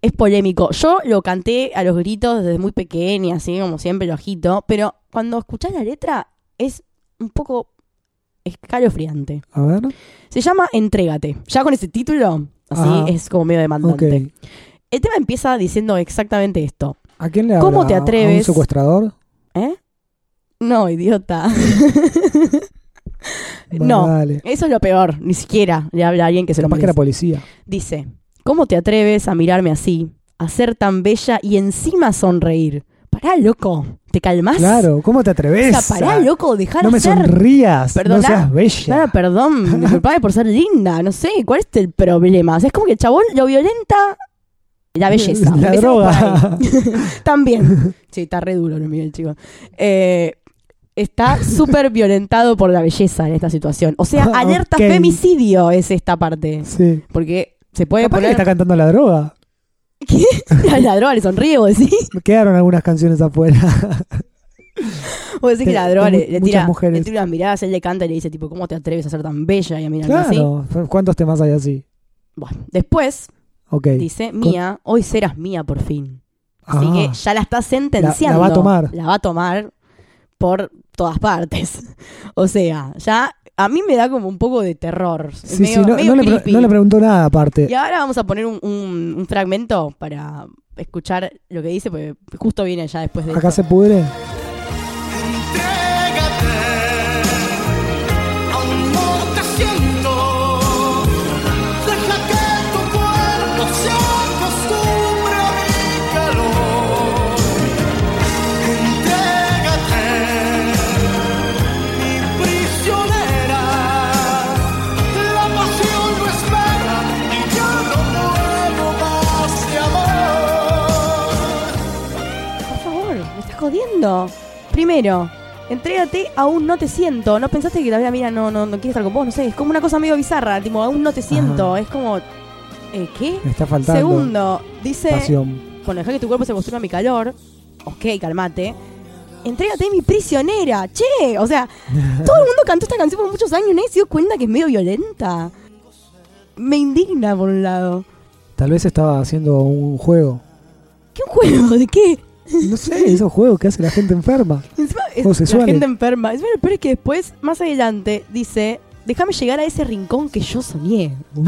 [SPEAKER 2] es polémico. Yo lo canté a los gritos desde muy pequeña, así como siempre lo agito, pero cuando escuchás la letra es un poco escalofriante.
[SPEAKER 1] A ver.
[SPEAKER 2] Se llama Entrégate. Ya con ese título, así
[SPEAKER 1] Ajá.
[SPEAKER 2] es como medio
[SPEAKER 1] Ok.
[SPEAKER 2] demandante. El tema empieza diciendo exactamente esto.
[SPEAKER 1] ¿A quién le habla?
[SPEAKER 2] ¿Cómo te
[SPEAKER 1] ¿A- ¿A un
[SPEAKER 2] atreves?
[SPEAKER 1] secuestrador?
[SPEAKER 2] ¿Eh? No, idiota. *laughs*
[SPEAKER 1] Bueno,
[SPEAKER 2] No.
[SPEAKER 1] Dale.
[SPEAKER 2] Eso es lo peor. Ni siquiera le habla a alguien que se lo
[SPEAKER 1] Capaz que
[SPEAKER 2] merece.
[SPEAKER 1] era policía.
[SPEAKER 2] Dice, ¿cómo te atreves a mirarme así? A ser tan bella y encima sonreír. Pará, loco. ¿Te calmás?
[SPEAKER 1] Claro, ¿cómo te
[SPEAKER 2] Ah, O
[SPEAKER 1] atreves? Ah,
[SPEAKER 2] sea, pará, loco, dejar
[SPEAKER 1] No me
[SPEAKER 2] ser.
[SPEAKER 1] sonrías,
[SPEAKER 2] Perdoná.
[SPEAKER 1] no seas bella.
[SPEAKER 2] Claro, perdón, disculpame por ser linda, no sé, ¿cuál es el problema? O sea, es como que el chabón lo violenta la
[SPEAKER 1] *laughs*
[SPEAKER 2] belleza.
[SPEAKER 1] La
[SPEAKER 2] Empecemos por
[SPEAKER 1] droga.
[SPEAKER 2] ahí. También. Sí, está re duro Luis Miguel, chico. Eh, está súper violentado por la belleza en esta situación. O sea,
[SPEAKER 1] Ah,
[SPEAKER 2] alerta
[SPEAKER 1] ok.
[SPEAKER 2] femicidio es esta parte.
[SPEAKER 1] *laughs* Sí.
[SPEAKER 2] Porque se puede
[SPEAKER 1] Capaz que le
[SPEAKER 2] poner...
[SPEAKER 1] está cantando la droga.
[SPEAKER 2] *laughs* La droga le sonríe, vos decís.
[SPEAKER 1] Quedaron algunas canciones afuera.
[SPEAKER 2] O decir que
[SPEAKER 1] Te-
[SPEAKER 2] la droga
[SPEAKER 1] hay
[SPEAKER 2] le,
[SPEAKER 1] mu-
[SPEAKER 2] le
[SPEAKER 1] muchas
[SPEAKER 2] tira,
[SPEAKER 1] mujeres.
[SPEAKER 2] le tira unas miradas, él le canta y le dice, tipo, ¿cómo te atreves a ser tan bella y a mirarme así?
[SPEAKER 1] Claro, ¿cuántos temas hay así?
[SPEAKER 2] Bueno, después
[SPEAKER 1] Ok.
[SPEAKER 2] dice, mía, hoy serás mía por fin. Así
[SPEAKER 1] Ah,
[SPEAKER 2] que ya la está
[SPEAKER 1] La- la
[SPEAKER 2] sentenciando.
[SPEAKER 1] va a tomar.
[SPEAKER 2] La va a tomar por todas partes. *laughs* O sea, ya a mí me da como un poco de terror.
[SPEAKER 1] sí,
[SPEAKER 2] medio,
[SPEAKER 1] sí, no,
[SPEAKER 2] medio
[SPEAKER 1] no le pre-
[SPEAKER 2] creepy.
[SPEAKER 1] no le preguntó nada aparte.
[SPEAKER 2] Y ahora vamos a poner un, un- un fragmento para escuchar lo que dice, porque justo viene ya después de
[SPEAKER 1] Acá
[SPEAKER 2] esto.
[SPEAKER 1] se pudre.
[SPEAKER 4] Entrégate, aún no te siento. Deja que tu cuerpo se acostumbre a mi calor. Entrégate, mi prisionera. La pasión no espera y yo no puedo más de amor.
[SPEAKER 2] Por favor, me estás jodiendo. Primero, entrégate, aún no te siento. ¿No pensaste que la vida, mira, no, no, no quiere estar con vos? No sé, es como una cosa medio bizarra, tipo, aún no te siento. Es como, eh, ¿qué?
[SPEAKER 1] Me está faltando
[SPEAKER 2] Segundo, dice,
[SPEAKER 1] pasión.
[SPEAKER 2] bueno, deja que tu cuerpo se acostumbre a mi calor. Ok, calmate. Entrégate mi prisionera, che.
[SPEAKER 1] *laughs*
[SPEAKER 2] O sea, todo el mundo cantó esta canción por muchos años y nadie se dio cuenta que es medio violenta. Me indigna por un lado.
[SPEAKER 1] Tal vez estaba haciendo un juego.
[SPEAKER 2] ¿Qué un juego? ¿De qué?
[SPEAKER 1] No
[SPEAKER 2] *laughs*
[SPEAKER 1] sé, esos juegos que hace la gente enferma.
[SPEAKER 2] Encima, es-
[SPEAKER 1] Juegos
[SPEAKER 2] la
[SPEAKER 1] sexuales.
[SPEAKER 2] gente enferma. Es pero es que después, más adelante, dice: Déjame llegar a ese rincón que yo soñé.
[SPEAKER 1] *laughs*
[SPEAKER 2] es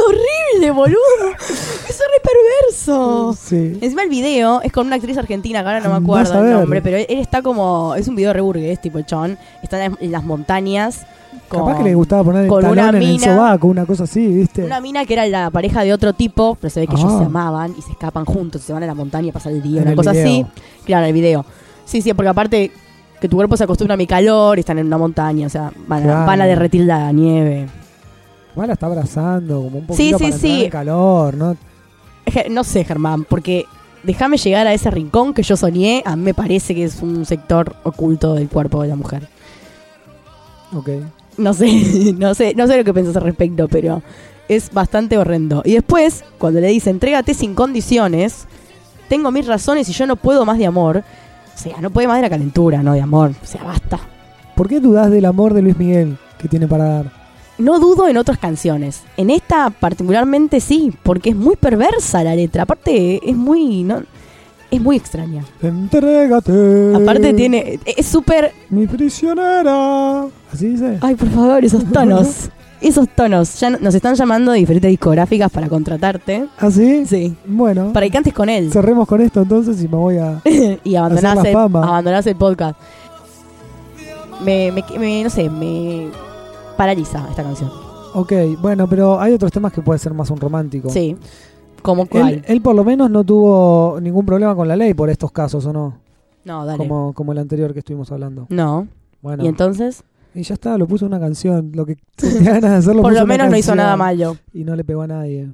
[SPEAKER 2] horrible, boludo. Es re perverso.
[SPEAKER 1] Sí.
[SPEAKER 2] Encima el video es con una actriz argentina, que ahora no me
[SPEAKER 1] Andás
[SPEAKER 2] acuerdo
[SPEAKER 1] a
[SPEAKER 2] el
[SPEAKER 1] ver.
[SPEAKER 2] nombre, pero él está como. Es un video re burgués, tipo el chabón. Está en en las montañas. Con,
[SPEAKER 1] Capaz que le gustaba poner el
[SPEAKER 2] con
[SPEAKER 1] talón
[SPEAKER 2] una
[SPEAKER 1] en el
[SPEAKER 2] mina.
[SPEAKER 1] sobaco, una cosa así, ¿viste?
[SPEAKER 2] Una mina que era la pareja de otro tipo, pero se ve que ellos
[SPEAKER 1] Este. Ah.
[SPEAKER 2] se amaban y se escapan juntos, se van a la montaña a pasar el día,
[SPEAKER 1] En
[SPEAKER 2] una
[SPEAKER 1] el
[SPEAKER 2] cosa así.
[SPEAKER 1] video.
[SPEAKER 2] Claro, en el video. Sí, sí, porque aparte que tu cuerpo se acostumbra a mi calor, están en una montaña, o sea, van, a-
[SPEAKER 1] Claro.
[SPEAKER 2] van a derretir la nieve.
[SPEAKER 1] Igual la está abrazando, como un poquito
[SPEAKER 2] Sí, sí,
[SPEAKER 1] para entrar
[SPEAKER 2] sí.
[SPEAKER 1] en calor, ¿no?
[SPEAKER 2] Je- No sé, Germán, porque déjame llegar a ese rincón que yo soñé, a mí me parece que es un sector oculto del cuerpo de la mujer.
[SPEAKER 1] Ok.
[SPEAKER 2] No sé, *laughs* no sé, no sé lo que pensás al respecto, pero es bastante horrendo. Y después, cuando le dice, entrégate sin condiciones, tengo mis razones y yo no puedo más de amor. O sea, no puede más de la calentura, no de amor. O sea, basta.
[SPEAKER 1] ¿Por qué dudás del amor de Luis Miguel que tiene para dar?
[SPEAKER 2] No dudo en otras canciones. En esta particularmente sí, porque es muy perversa la letra. Aparte, es muy. No, es muy extraña.
[SPEAKER 1] Entrégate.
[SPEAKER 2] Aparte tiene. Es súper.
[SPEAKER 1] Mi prisionera. ¿Así dice?
[SPEAKER 2] Ay, por favor, esos tonos. Esos tonos. Ya no- nos están llamando de diferentes discográficas para contratarte.
[SPEAKER 1] ¿Así?
[SPEAKER 2] Sí.
[SPEAKER 1] ¿Ah, Bueno.
[SPEAKER 2] Para que cantes con él.
[SPEAKER 1] Cerremos con esto entonces y me voy a.
[SPEAKER 2] *laughs* y
[SPEAKER 1] Hacer
[SPEAKER 2] abandonás
[SPEAKER 1] la
[SPEAKER 2] el,
[SPEAKER 1] fama.
[SPEAKER 2] abandonás el podcast. Me, me- me- no sé, me paraliza esta canción.
[SPEAKER 1] Ok, bueno, pero hay otros temas que puede ser más un romántico.
[SPEAKER 2] Sí. Como
[SPEAKER 1] Él,
[SPEAKER 2] cuál.
[SPEAKER 1] él por lo menos no tuvo ningún problema con la ley por estos casos, ¿o no?
[SPEAKER 2] No, dale.
[SPEAKER 1] Como, como el anterior que estuvimos hablando.
[SPEAKER 2] No.
[SPEAKER 1] Bueno,
[SPEAKER 2] Y
[SPEAKER 1] y,
[SPEAKER 2] entonces,
[SPEAKER 1] ya está, lo puso una canción. Lo que *laughs* tenía ganas de hacer lo
[SPEAKER 2] por
[SPEAKER 1] puso
[SPEAKER 2] lo
[SPEAKER 1] una
[SPEAKER 2] menos no hizo
[SPEAKER 1] canción
[SPEAKER 2] nada malo.
[SPEAKER 1] Y no le pegó a nadie.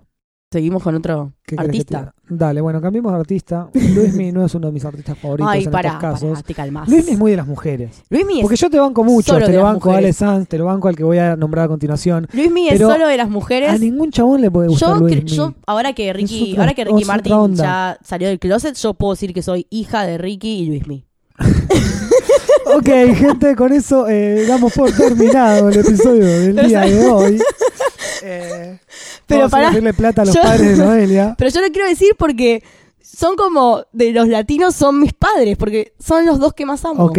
[SPEAKER 2] Seguimos con otro
[SPEAKER 1] ¿Qué querés que te
[SPEAKER 2] artista.
[SPEAKER 1] diga? Dale, bueno, cambiemos de
[SPEAKER 2] *laughs*
[SPEAKER 1] artista. Luismi no es uno de mis artistas favoritos
[SPEAKER 2] Ay,
[SPEAKER 1] en
[SPEAKER 2] pará,
[SPEAKER 1] estos casos.
[SPEAKER 2] pará, te calmás.
[SPEAKER 1] Luismi es muy de las mujeres.
[SPEAKER 2] Luismi
[SPEAKER 1] Porque
[SPEAKER 2] es,
[SPEAKER 1] yo te banco mucho,
[SPEAKER 2] solo
[SPEAKER 1] te
[SPEAKER 2] de
[SPEAKER 1] lo
[SPEAKER 2] las
[SPEAKER 1] banco a
[SPEAKER 2] mujeres.
[SPEAKER 1] Ale Sanz, te lo banco al que voy a nombrar a continuación.
[SPEAKER 2] Luismi es
[SPEAKER 1] pero
[SPEAKER 2] solo de las
[SPEAKER 1] A
[SPEAKER 2] mujeres.
[SPEAKER 1] ningún chabón le puede gustar
[SPEAKER 2] Yo, cre-
[SPEAKER 1] Luismi.
[SPEAKER 2] yo ahora que Ricky,
[SPEAKER 1] otra-
[SPEAKER 2] ahora que Ricky
[SPEAKER 1] es otra
[SPEAKER 2] Martin
[SPEAKER 1] onda.
[SPEAKER 2] ya salió del closet, yo puedo decir que soy hija de Ricky y Luismi.
[SPEAKER 1] Ok, gente, con eso eh, damos por terminado el episodio del
[SPEAKER 2] Pero
[SPEAKER 1] día
[SPEAKER 2] sabe-
[SPEAKER 1] de
[SPEAKER 2] *laughs*
[SPEAKER 1] hoy. Eh,
[SPEAKER 2] Pero
[SPEAKER 1] vamos
[SPEAKER 2] pará,
[SPEAKER 1] a pedirle plata a los
[SPEAKER 2] yo-
[SPEAKER 1] padres de
[SPEAKER 2] *laughs*
[SPEAKER 1] Noelia.
[SPEAKER 2] Pero yo lo quiero decir porque son como de los latinos son mis padres, porque son los dos que más amo.
[SPEAKER 1] Ok,
[SPEAKER 2] *laughs*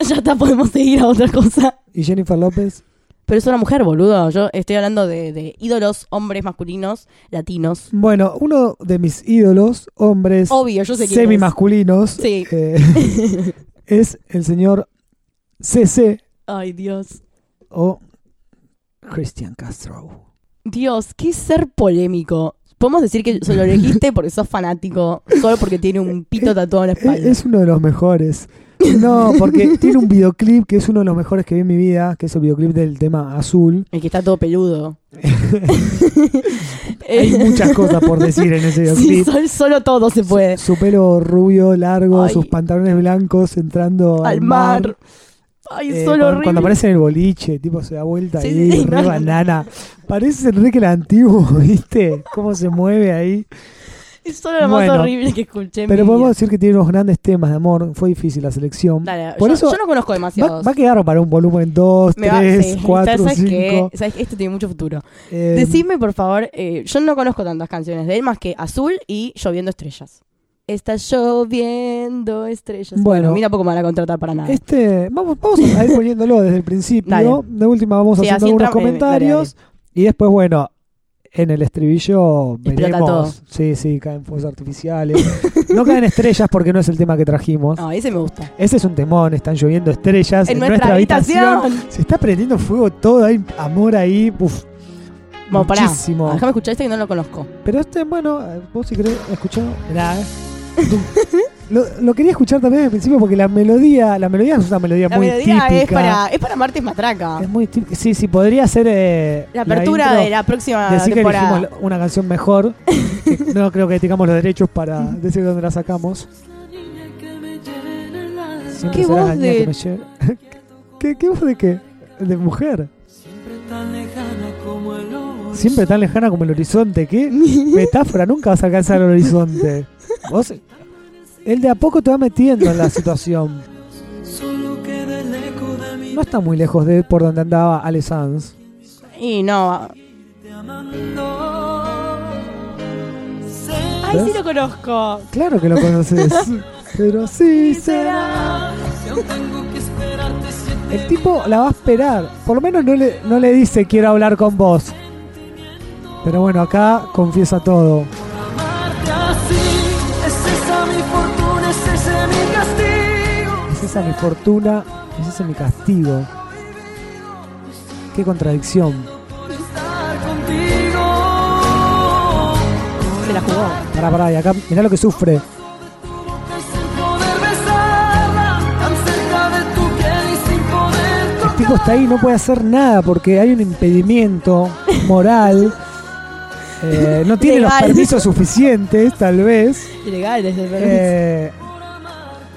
[SPEAKER 2] Ya está, podemos seguir a otra cosa.
[SPEAKER 1] y Jennifer López.
[SPEAKER 2] Pero es una mujer, boludo. Yo estoy hablando de, de ídolos, hombres masculinos, latinos.
[SPEAKER 1] Bueno, uno de mis ídolos, hombres
[SPEAKER 2] Obvio, yo sé quién
[SPEAKER 1] semi masculinos,
[SPEAKER 2] Sí.
[SPEAKER 1] eh, *laughs* es el señor CC
[SPEAKER 2] es. Ay, Dios.
[SPEAKER 1] o Christian Castro.
[SPEAKER 2] Dios, qué ser polémico. Podemos decir que se lo elegiste porque sos fanático, solo porque tiene un pito tatuado en la
[SPEAKER 1] Es,
[SPEAKER 2] espalda.
[SPEAKER 1] Eh, es uno de los mejores. No,
[SPEAKER 2] *laughs*
[SPEAKER 1] porque tiene un videoclip que es uno de los mejores que vi en mi vida, que es el videoclip del tema Azul.
[SPEAKER 2] El que está todo peludo.
[SPEAKER 1] *laughs* Hay muchas cosas
[SPEAKER 2] *laughs*
[SPEAKER 1] por decir en ese
[SPEAKER 2] Eh, Sí,
[SPEAKER 1] videoclip.
[SPEAKER 2] sol- solo todo se puede.
[SPEAKER 1] Su pelo rubio, largo,
[SPEAKER 2] Ay.
[SPEAKER 1] sus pantalones blancos entrando al,
[SPEAKER 2] al mar. Ay,
[SPEAKER 1] Eh,
[SPEAKER 2] solo
[SPEAKER 1] cuando, cuando
[SPEAKER 2] horrible.
[SPEAKER 1] aparece en el boliche, tipo se da vuelta
[SPEAKER 2] Sí,
[SPEAKER 1] ahí,
[SPEAKER 2] sí, sí,
[SPEAKER 1] re
[SPEAKER 2] no,
[SPEAKER 1] *laughs*
[SPEAKER 2] no.
[SPEAKER 1] banana. Parece Enrique el Antiguo, ¿viste? Cómo se mueve ahí.
[SPEAKER 2] Es solo lo más
[SPEAKER 1] Bueno,
[SPEAKER 2] horrible que escuché. en
[SPEAKER 1] Pero
[SPEAKER 2] mi
[SPEAKER 1] podemos
[SPEAKER 2] vida.
[SPEAKER 1] decir que tiene unos grandes temas de amor. Fue difícil la selección.
[SPEAKER 2] Dale,
[SPEAKER 1] Por
[SPEAKER 2] yo,
[SPEAKER 1] eso
[SPEAKER 2] yo no conozco
[SPEAKER 1] va,
[SPEAKER 2] demasiados.
[SPEAKER 1] va a quedar para un volumen 2,
[SPEAKER 2] Me va-
[SPEAKER 1] 3,
[SPEAKER 2] sí,
[SPEAKER 1] 4,
[SPEAKER 2] ¿sabes qué?
[SPEAKER 1] 5.
[SPEAKER 2] ¿Sabes qué? Esto tiene mucho futuro.
[SPEAKER 1] Eh,
[SPEAKER 2] Decime, por favor, eh, yo no conozco tantas canciones de él más que Azul y Lloviendo Estrellas. Está lloviendo estrellas.
[SPEAKER 1] Bueno.
[SPEAKER 2] Bueno, mira, poco me van a contratar para nada.
[SPEAKER 1] Este, vamos, vamos a ir poniéndolo desde el principio.
[SPEAKER 2] Ah. Dale.
[SPEAKER 1] De última vamos
[SPEAKER 2] Sí,
[SPEAKER 1] haciendo
[SPEAKER 2] así
[SPEAKER 1] algunos
[SPEAKER 2] entramos- eh, dale,
[SPEAKER 1] comentarios. Y después, bueno, en el estribillo
[SPEAKER 2] Explota todo.
[SPEAKER 1] veremos. Sí, sí, caen fuegos artificiales. no caen estrellas porque no es el tema que trajimos.
[SPEAKER 2] No, ese me gusta.
[SPEAKER 1] Ese es un temón, están lloviendo estrellas en, nuestra, habitación. Se está prendiendo fuego todo, hay amor ahí. Uf,
[SPEAKER 2] Bueno, pará.
[SPEAKER 1] muchísimo.
[SPEAKER 2] Déjame escuchar este que no lo conozco.
[SPEAKER 1] Pero este, bueno, eh, vos si querés escuchar. Mirá, eh. Tum. *laughs* lo, lo quería escuchar también al principio porque la melodía, la melodía es una melodía
[SPEAKER 2] La
[SPEAKER 1] muy
[SPEAKER 2] melodía
[SPEAKER 1] típica.
[SPEAKER 2] es para, es para Martes Matraca.
[SPEAKER 1] Es muy típica. Sí, sí, podría ser. eh,
[SPEAKER 2] La apertura
[SPEAKER 1] intro.
[SPEAKER 2] de la próxima
[SPEAKER 1] Decir que
[SPEAKER 2] temporada.
[SPEAKER 1] elegimos una canción mejor. que *laughs* no creo que tengamos los derechos para decir dónde la sacamos. Siempre
[SPEAKER 2] ¿Qué
[SPEAKER 1] será
[SPEAKER 2] voz
[SPEAKER 1] la niña
[SPEAKER 2] de-
[SPEAKER 1] que me lle- *laughs* ¿Qué, ¿Qué voz de qué? ¿De mujer? Siempre tan lejana como el horizonte.
[SPEAKER 2] *laughs*
[SPEAKER 1] ¿Qué metáfora? Nunca vas a alcanzar el horizonte. Vos, él de a poco te va metiendo en la situación. No está muy lejos de por donde andaba Ale Sanz.
[SPEAKER 2] Y no. ah. Ay, sí
[SPEAKER 1] ¿Ves?
[SPEAKER 2] lo conozco.
[SPEAKER 1] Claro que lo *laughs* conoces. Pero sí será. El tipo la va a esperar. Por lo menos no le, no le dice quiero hablar con vos. Pero bueno, acá confiesa todo.
[SPEAKER 3] Amarte así, es esa mi fortuna, es ese mi castigo.
[SPEAKER 1] Es esa mi fortuna, es ese mi castigo. Qué contradicción.
[SPEAKER 3] Estar contigo.
[SPEAKER 2] Se la jugó.
[SPEAKER 1] Pará, pará, y acá mirá lo que sufre.
[SPEAKER 3] Sin poder besarla, tan cerca de tu piel y sin poder
[SPEAKER 1] El tipo está ahí, no puede hacer nada porque hay un impedimento *laughs* moral. Eh, no tiene los
[SPEAKER 2] Legal.
[SPEAKER 1] permisos suficientes, tal vez.
[SPEAKER 2] Ilegal desde el
[SPEAKER 1] Eh,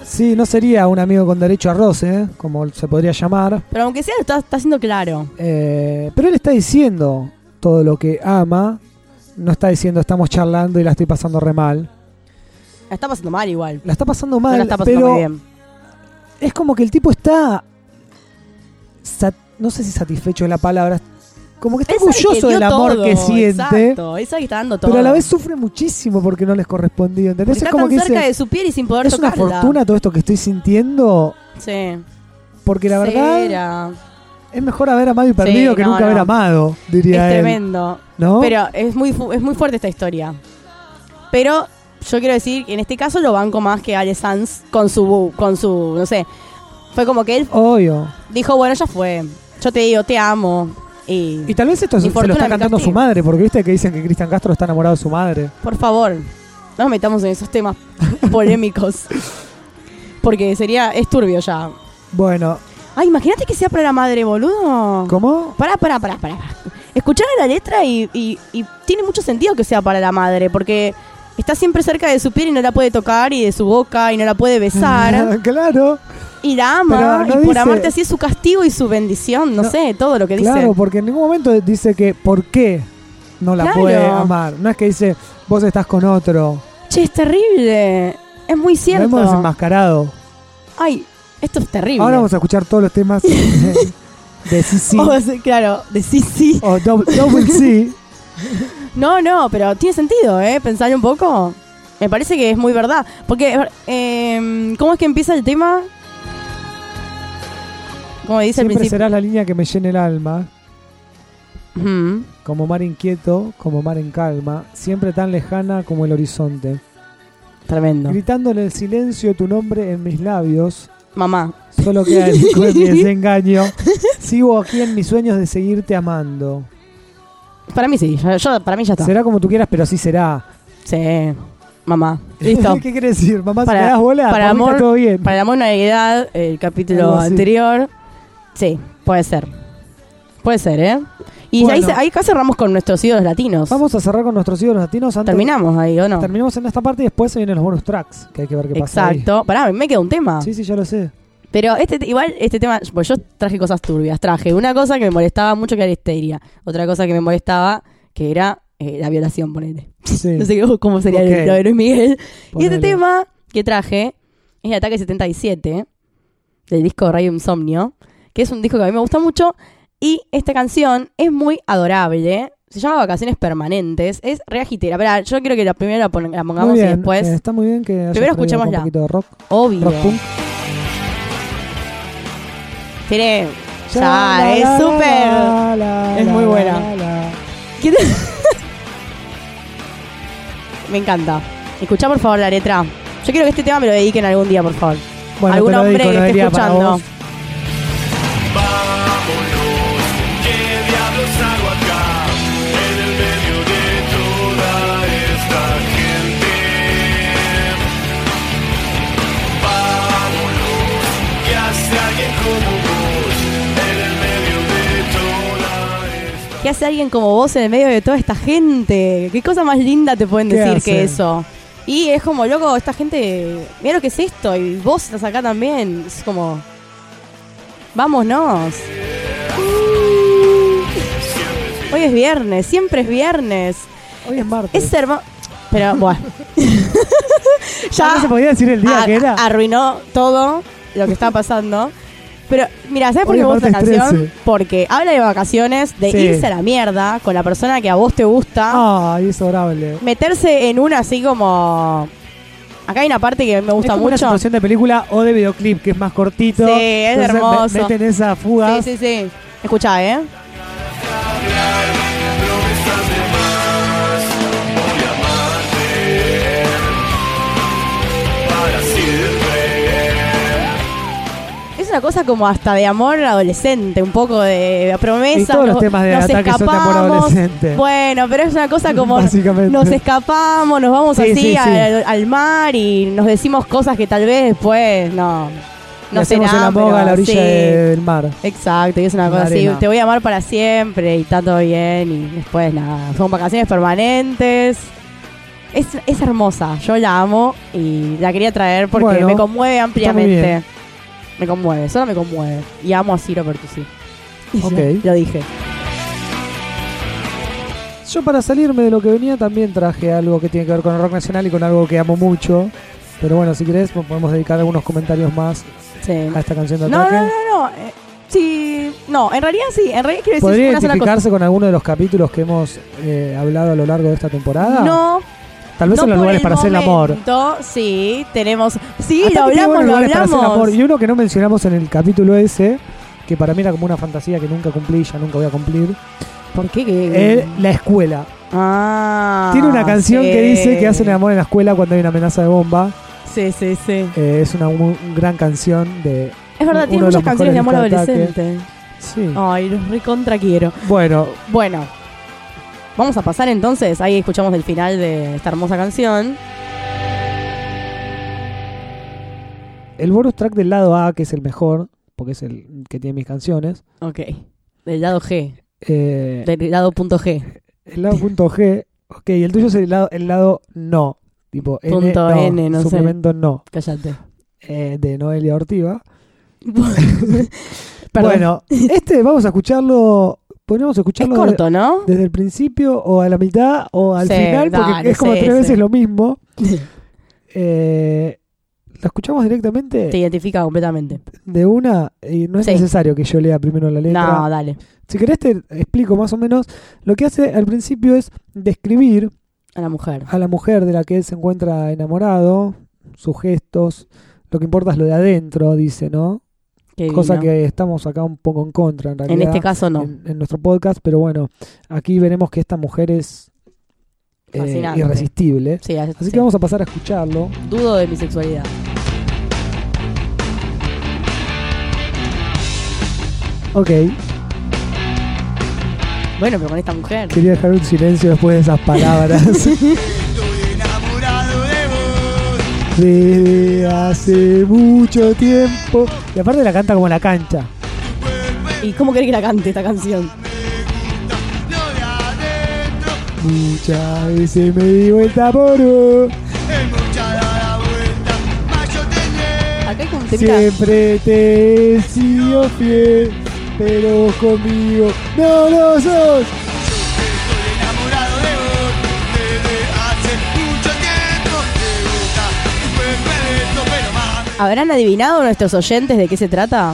[SPEAKER 1] sí, no sería un amigo con derecho a roce, ¿eh? como se podría llamar.
[SPEAKER 2] Pero aunque sea, lo está, está haciendo claro.
[SPEAKER 1] Eh, pero él está diciendo todo lo que ama. No está diciendo estamos charlando y la estoy pasando re mal.
[SPEAKER 2] La está pasando mal igual.
[SPEAKER 1] La está pasando
[SPEAKER 2] No
[SPEAKER 1] mal,
[SPEAKER 2] la está pasando
[SPEAKER 1] pero
[SPEAKER 2] muy bien.
[SPEAKER 1] es como que el tipo está. sat- no sé si satisfecho de la palabra. Como que está
[SPEAKER 2] Él sabe que
[SPEAKER 1] orgulloso
[SPEAKER 2] dio
[SPEAKER 1] del amor
[SPEAKER 2] todo,
[SPEAKER 1] que siente.
[SPEAKER 2] Exacto. Esa que está dando todo.
[SPEAKER 1] Pero a la vez sufre muchísimo porque no les correspondió. ¿entendés?
[SPEAKER 2] Porque
[SPEAKER 1] Es
[SPEAKER 2] está
[SPEAKER 1] como
[SPEAKER 2] tan
[SPEAKER 1] que
[SPEAKER 2] cerca
[SPEAKER 1] dice,
[SPEAKER 2] de su piel y sin poder
[SPEAKER 1] es una
[SPEAKER 2] tocarla.
[SPEAKER 1] fortuna todo esto que estoy sintiendo.
[SPEAKER 2] Sí.
[SPEAKER 1] Porque la verdad.
[SPEAKER 2] Cera.
[SPEAKER 1] Es mejor haber amado y perdido
[SPEAKER 2] Sí,
[SPEAKER 1] que
[SPEAKER 2] no,
[SPEAKER 1] nunca
[SPEAKER 2] no.
[SPEAKER 1] haber amado, diría
[SPEAKER 2] Es
[SPEAKER 1] él.
[SPEAKER 2] tremendo.
[SPEAKER 1] ¿No?
[SPEAKER 2] Pero es muy, fu- es muy fuerte esta historia. Pero yo quiero decir que en este caso lo banco más que Ale Sanz con su, bu- con su, no sé. Fue como que él
[SPEAKER 1] Obvio.
[SPEAKER 2] dijo, bueno, ya fue. Yo te digo, te amo. Y,
[SPEAKER 1] Y tal vez esto
[SPEAKER 2] Y
[SPEAKER 1] se se lo
[SPEAKER 2] Fortuna
[SPEAKER 1] está
[SPEAKER 2] me
[SPEAKER 1] cantando
[SPEAKER 2] castiga.
[SPEAKER 1] su madre, porque viste que dicen que Cristian Castro está enamorado de su madre.
[SPEAKER 2] por favor, no nos metamos en esos temas *laughs* polémicos. Porque sería, es turbio ya.
[SPEAKER 1] Bueno,
[SPEAKER 2] Ay, imagínate que sea para la madre, boludo.
[SPEAKER 1] ¿cómo?
[SPEAKER 2] Pará, pará, pará, pará. Escuchar la letra y, y- y tiene mucho sentido que sea para la madre, porque está siempre cerca de su piel y no la puede tocar, y de su boca, y no la puede besar,
[SPEAKER 1] *laughs* claro,
[SPEAKER 2] y la
[SPEAKER 1] Pero
[SPEAKER 2] ama,
[SPEAKER 1] no
[SPEAKER 2] y por
[SPEAKER 1] dice-
[SPEAKER 2] amarte así es su castigo y su bendición, no,
[SPEAKER 1] No,
[SPEAKER 2] sé, todo lo que dice.
[SPEAKER 1] claro, porque en ningún momento dice que por qué no la
[SPEAKER 2] Claro.
[SPEAKER 1] puede amar. No es que dice, vos estás con otro.
[SPEAKER 2] Che, es terrible. Es
[SPEAKER 1] Lo
[SPEAKER 2] muy
[SPEAKER 1] hemos
[SPEAKER 2] cierto.
[SPEAKER 1] desenmascarado.
[SPEAKER 2] Ay, esto es terrible.
[SPEAKER 1] Ahora vamos a escuchar todos los temas de Sisi
[SPEAKER 2] *laughs* O sea, claro, de sí, sí.
[SPEAKER 1] o Double, Double
[SPEAKER 2] *laughs*
[SPEAKER 1] C.
[SPEAKER 2] No, no, pero tiene sentido, ¿eh? Pensar un poco. Me parece que es muy verdad. Porque, eh, ¿cómo es que empieza el tema? Como dice al
[SPEAKER 1] Siempre
[SPEAKER 2] principio.
[SPEAKER 1] serás la línea que me llene el alma.
[SPEAKER 2] Ujú.
[SPEAKER 1] Como mar inquieto, como mar en calma, siempre tan lejana como el horizonte.
[SPEAKER 2] Tremendo.
[SPEAKER 1] Gritando en el silencio tu nombre en mis labios,
[SPEAKER 2] Mamá.
[SPEAKER 1] solo queda el eco
[SPEAKER 2] *laughs*
[SPEAKER 1] de mi desengaño. Sigo aquí en mis sueños de seguirte amando.
[SPEAKER 2] Para mí sí, yo, yo- para mí ya está.
[SPEAKER 1] Será como tú quieras, pero así será.
[SPEAKER 2] Sí, mamá. Listo.
[SPEAKER 1] *laughs* ¿Qué quiere decir? Mamá,
[SPEAKER 2] Para-
[SPEAKER 1] si me das bola,
[SPEAKER 2] para
[SPEAKER 1] por mí
[SPEAKER 2] amor-
[SPEAKER 1] está todo bien.
[SPEAKER 2] Para la monoidad, el capítulo
[SPEAKER 1] Algo así.
[SPEAKER 2] anterior. Sí, puede ser. Puede ser, ¿eh? Y
[SPEAKER 1] Bueno.
[SPEAKER 2] ahí, se- ahí acá cerramos con nuestros ídolos latinos.
[SPEAKER 1] Vamos a cerrar con nuestros ídolos latinos antes.
[SPEAKER 2] Terminamos ahí, ¿o no?
[SPEAKER 1] Terminamos en esta parte y después se vienen los bonus tracks, que hay que ver qué pasa. ahí.
[SPEAKER 2] Exacto. Pará, me queda un tema.
[SPEAKER 1] Sí, sí, ya lo
[SPEAKER 2] *laughs*
[SPEAKER 1] sé.
[SPEAKER 2] Pero este te- igual este tema, pues yo traje cosas turbias, traje una cosa que me molestaba mucho que era histeria, otra cosa que me molestaba que era eh, la violación, ponele.
[SPEAKER 1] Sí.
[SPEAKER 2] No sé cómo- cómo sería
[SPEAKER 1] Ok.
[SPEAKER 2] el de Luis Miguel. Y
[SPEAKER 1] Ponele.
[SPEAKER 2] este tema que traje es el Ataque 77 del disco Radio Insomnio, que es un disco que a mí me gusta mucho y esta canción es muy adorable. Se llama Vacaciones Permanentes, es reagitera. Pero yo quiero que la primera la, pon- la pongamos
[SPEAKER 1] Muy
[SPEAKER 2] y
[SPEAKER 1] bien,
[SPEAKER 2] después,
[SPEAKER 1] eh, está muy bien que hayas
[SPEAKER 2] Primero
[SPEAKER 1] traído acá
[SPEAKER 2] escuchémosla.
[SPEAKER 1] un poquito de rock,
[SPEAKER 2] obvio,
[SPEAKER 1] rock punk.
[SPEAKER 2] tiene... Ya, es
[SPEAKER 1] la, la,
[SPEAKER 2] súper...
[SPEAKER 1] la, la,
[SPEAKER 2] es
[SPEAKER 1] la,
[SPEAKER 2] muy
[SPEAKER 1] la,
[SPEAKER 2] buena.
[SPEAKER 1] la, la.
[SPEAKER 2] ¿Qué te- me encanta. Escuchá por favor la letra. Yo quiero que este tema me lo dediquen algún día, por favor.
[SPEAKER 1] Bueno,
[SPEAKER 2] Algún
[SPEAKER 1] te lo
[SPEAKER 2] hombre
[SPEAKER 1] dedico,
[SPEAKER 2] que esté
[SPEAKER 1] Noelia, para
[SPEAKER 2] escuchando.
[SPEAKER 1] vos.
[SPEAKER 5] Vámonos, ¿qué diablos hago acá? En el medio de toda esta gente. Vámonos, que hace alguien como vos. En el medio de toda esta
[SPEAKER 2] ¿Qué hace alguien como vos en el medio de toda esta gente? ¿Qué cosa más linda te pueden
[SPEAKER 1] ¿Qué
[SPEAKER 2] decir que
[SPEAKER 1] hacen?
[SPEAKER 2] eso? Y es como, loco, esta gente, mira lo que es esto, y vos estás acá también. Es como, vámonos. Hoy es viernes, siempre es viernes.
[SPEAKER 1] Hoy es martes.
[SPEAKER 2] Es hermoso.
[SPEAKER 1] *laughs*
[SPEAKER 2] Pero, *laughs* bueno.
[SPEAKER 1] Ah, no se podía decir el día
[SPEAKER 2] a-
[SPEAKER 1] que era.
[SPEAKER 2] arruinó todo lo que está pasando. Pero, mira, ¿sabes por
[SPEAKER 1] Hoy
[SPEAKER 2] qué
[SPEAKER 1] es
[SPEAKER 2] me gusta esta
[SPEAKER 1] martes
[SPEAKER 2] canción?
[SPEAKER 1] 13.
[SPEAKER 2] Porque habla de vacaciones, de
[SPEAKER 1] Sí. Ah.
[SPEAKER 2] irse a la mierda con la persona que a vos te gusta,
[SPEAKER 1] Ay, es horrible.
[SPEAKER 2] meterse en una así como. Acá hay una parte que me
[SPEAKER 1] es
[SPEAKER 2] gusta
[SPEAKER 1] como una
[SPEAKER 2] mucho.
[SPEAKER 1] situación de película o de videoclip que es más cortito.
[SPEAKER 2] Sí, es
[SPEAKER 1] Entonces, me-
[SPEAKER 2] hermoso.
[SPEAKER 1] Meten esa fuga.
[SPEAKER 2] Sí, sí, sí. Escuchá, ¿eh?
[SPEAKER 5] para siempre.
[SPEAKER 2] Es una cosa como hasta de amor adolescente, un poco de promesa.
[SPEAKER 1] Y todos los
[SPEAKER 2] nos-
[SPEAKER 1] temas de
[SPEAKER 2] nos
[SPEAKER 1] ataque son de amor
[SPEAKER 2] escapamos.
[SPEAKER 1] adolescente.
[SPEAKER 2] Bueno, pero es una cosa
[SPEAKER 1] *laughs*
[SPEAKER 2] como
[SPEAKER 1] Básicamente.
[SPEAKER 2] nos escapamos, nos vamos
[SPEAKER 1] Sí,
[SPEAKER 2] así
[SPEAKER 1] sí, sí.
[SPEAKER 2] Al, al mar y nos decimos cosas que tal vez después no,
[SPEAKER 1] Le
[SPEAKER 2] no
[SPEAKER 1] hacemos el
[SPEAKER 2] serán,
[SPEAKER 1] amor
[SPEAKER 2] pero
[SPEAKER 1] a la orilla
[SPEAKER 2] sí.
[SPEAKER 1] de- del mar.
[SPEAKER 2] Exacto, y es una
[SPEAKER 1] en la
[SPEAKER 2] cosa así,
[SPEAKER 1] arena.
[SPEAKER 2] te voy a amar para siempre y está todo bien y después nada, son vacaciones permanentes. Es, es hermosa, yo la amo y la quería traer porque
[SPEAKER 1] Bueno,
[SPEAKER 2] me conmueve ampliamente.
[SPEAKER 1] bien.
[SPEAKER 2] Me conmueve, solo me conmueve. Y amo a Ciro Pertussi. Y ya,
[SPEAKER 1] Ok.
[SPEAKER 2] *laughs* Lo dije.
[SPEAKER 1] Yo para salirme de lo que venía también traje algo que tiene que ver con el rock nacional y con algo que amo mucho. Pero bueno, si querés po- podemos dedicar algunos comentarios más
[SPEAKER 2] Sí.
[SPEAKER 1] a esta canción de
[SPEAKER 2] No, no,
[SPEAKER 1] ataque.
[SPEAKER 2] no, no. eh, sí. No, en realidad sí. En realidad quiero decir
[SPEAKER 1] ¿Podría
[SPEAKER 2] una sola cosa.
[SPEAKER 1] identificarse con alguno de los capítulos que hemos eh, hablado a lo largo de esta temporada?
[SPEAKER 2] No,
[SPEAKER 1] Tal vez
[SPEAKER 2] no
[SPEAKER 1] en los
[SPEAKER 2] por
[SPEAKER 1] lugares para hacer el amor.
[SPEAKER 2] momento, Sí, tenemos. Sí,
[SPEAKER 1] Hasta
[SPEAKER 2] lo
[SPEAKER 1] que tiene
[SPEAKER 2] hablamos,
[SPEAKER 1] buenos
[SPEAKER 2] lo
[SPEAKER 1] lugares para hacer
[SPEAKER 2] hablamos.
[SPEAKER 1] amor. Y uno que no mencionamos en el capítulo ese, que para mí era como una fantasía que nunca cumplí, ya nunca voy a cumplir,
[SPEAKER 2] ¿Por qué? que-
[SPEAKER 1] eh, la escuela.
[SPEAKER 2] Ah,
[SPEAKER 1] Tiene una canción
[SPEAKER 2] sí.
[SPEAKER 1] que dice que hacen el amor en la escuela cuando hay una amenaza de bomba.
[SPEAKER 2] Sí, sí, sí.
[SPEAKER 1] Eh, es una mu- gran canción de...
[SPEAKER 2] Es verdad,
[SPEAKER 1] Uno de
[SPEAKER 2] tiene
[SPEAKER 1] los
[SPEAKER 2] muchas canciones de amor
[SPEAKER 1] mejores discos de
[SPEAKER 2] adolescente.
[SPEAKER 1] Sí.
[SPEAKER 2] Ay, los recontra quiero.
[SPEAKER 1] Bueno,
[SPEAKER 2] Bueno, vamos a pasar entonces. Ahí escuchamos el final de esta hermosa canción.
[SPEAKER 1] el bonus track del lado A, que es el mejor, porque es el que tiene mis canciones.
[SPEAKER 2] Ok. Del lado G.
[SPEAKER 1] eh,
[SPEAKER 2] Del lado punto G.
[SPEAKER 1] el lado punto G. Ok, y el tuyo es el lado, el lado no. Tipo, N,
[SPEAKER 2] Punto
[SPEAKER 1] no,
[SPEAKER 2] N, no sé.
[SPEAKER 1] suplemento no. *laughs*
[SPEAKER 2] Cállate.
[SPEAKER 1] eh, de Noelia Ortiva.
[SPEAKER 2] Perdón. *laughs*
[SPEAKER 1] Bueno, este vamos a escucharlo. Podríamos
[SPEAKER 2] es
[SPEAKER 1] escucharlo de- *laughs*
[SPEAKER 2] corto, ¿no?
[SPEAKER 1] desde el principio o a la mitad o al
[SPEAKER 2] Sí,
[SPEAKER 1] final, porque
[SPEAKER 2] dale,
[SPEAKER 1] es como
[SPEAKER 2] sí,
[SPEAKER 1] tres
[SPEAKER 2] sí.
[SPEAKER 1] veces lo mismo. Eh, lo escuchamos directamente
[SPEAKER 2] Te identifica completamente.
[SPEAKER 1] de una y no es
[SPEAKER 2] Sí.
[SPEAKER 1] necesario que yo lea primero la letra.
[SPEAKER 2] No, dale.
[SPEAKER 1] Si querés te explico más o menos. Lo que hace al principio es describir
[SPEAKER 2] A la mujer.
[SPEAKER 1] a la mujer de la que él se encuentra enamorado, sus gestos. Lo que importa es lo de adentro, dice, ¿no?
[SPEAKER 2] Qué
[SPEAKER 1] Cosa
[SPEAKER 2] divino.
[SPEAKER 1] que estamos acá un poco en contra, en realidad
[SPEAKER 2] En este caso no.
[SPEAKER 1] en, en nuestro podcast, pero bueno, aquí veremos que esta mujer es eh,
[SPEAKER 2] Fascinante.
[SPEAKER 1] irresistible.
[SPEAKER 2] Sí, así
[SPEAKER 1] Así que vamos a pasar a escucharlo.
[SPEAKER 2] Dudo de mi sexualidad.
[SPEAKER 1] Ok,
[SPEAKER 2] Bueno, pero con esta mujer.
[SPEAKER 1] quería dejar un silencio después de esas
[SPEAKER 2] *laughs*
[SPEAKER 1] palabras.
[SPEAKER 5] Estoy enamorado de vos.
[SPEAKER 1] Desde hace mucho tiempo. Y aparte la canta como en la cancha.
[SPEAKER 2] ¿Y cómo querés que la cante esta canción?
[SPEAKER 5] Lo de adentro
[SPEAKER 1] Muchas veces me di vuelta por vos.
[SPEAKER 5] es mucha la vuelta. Más yo te llevo.
[SPEAKER 2] Acá hay como un temita.
[SPEAKER 1] Siempre te he sido fiel. Pero vos conmigo no lo sos.
[SPEAKER 5] Estoy enamorado de vos.
[SPEAKER 2] ¿Habrán adivinado nuestros oyentes de qué se trata?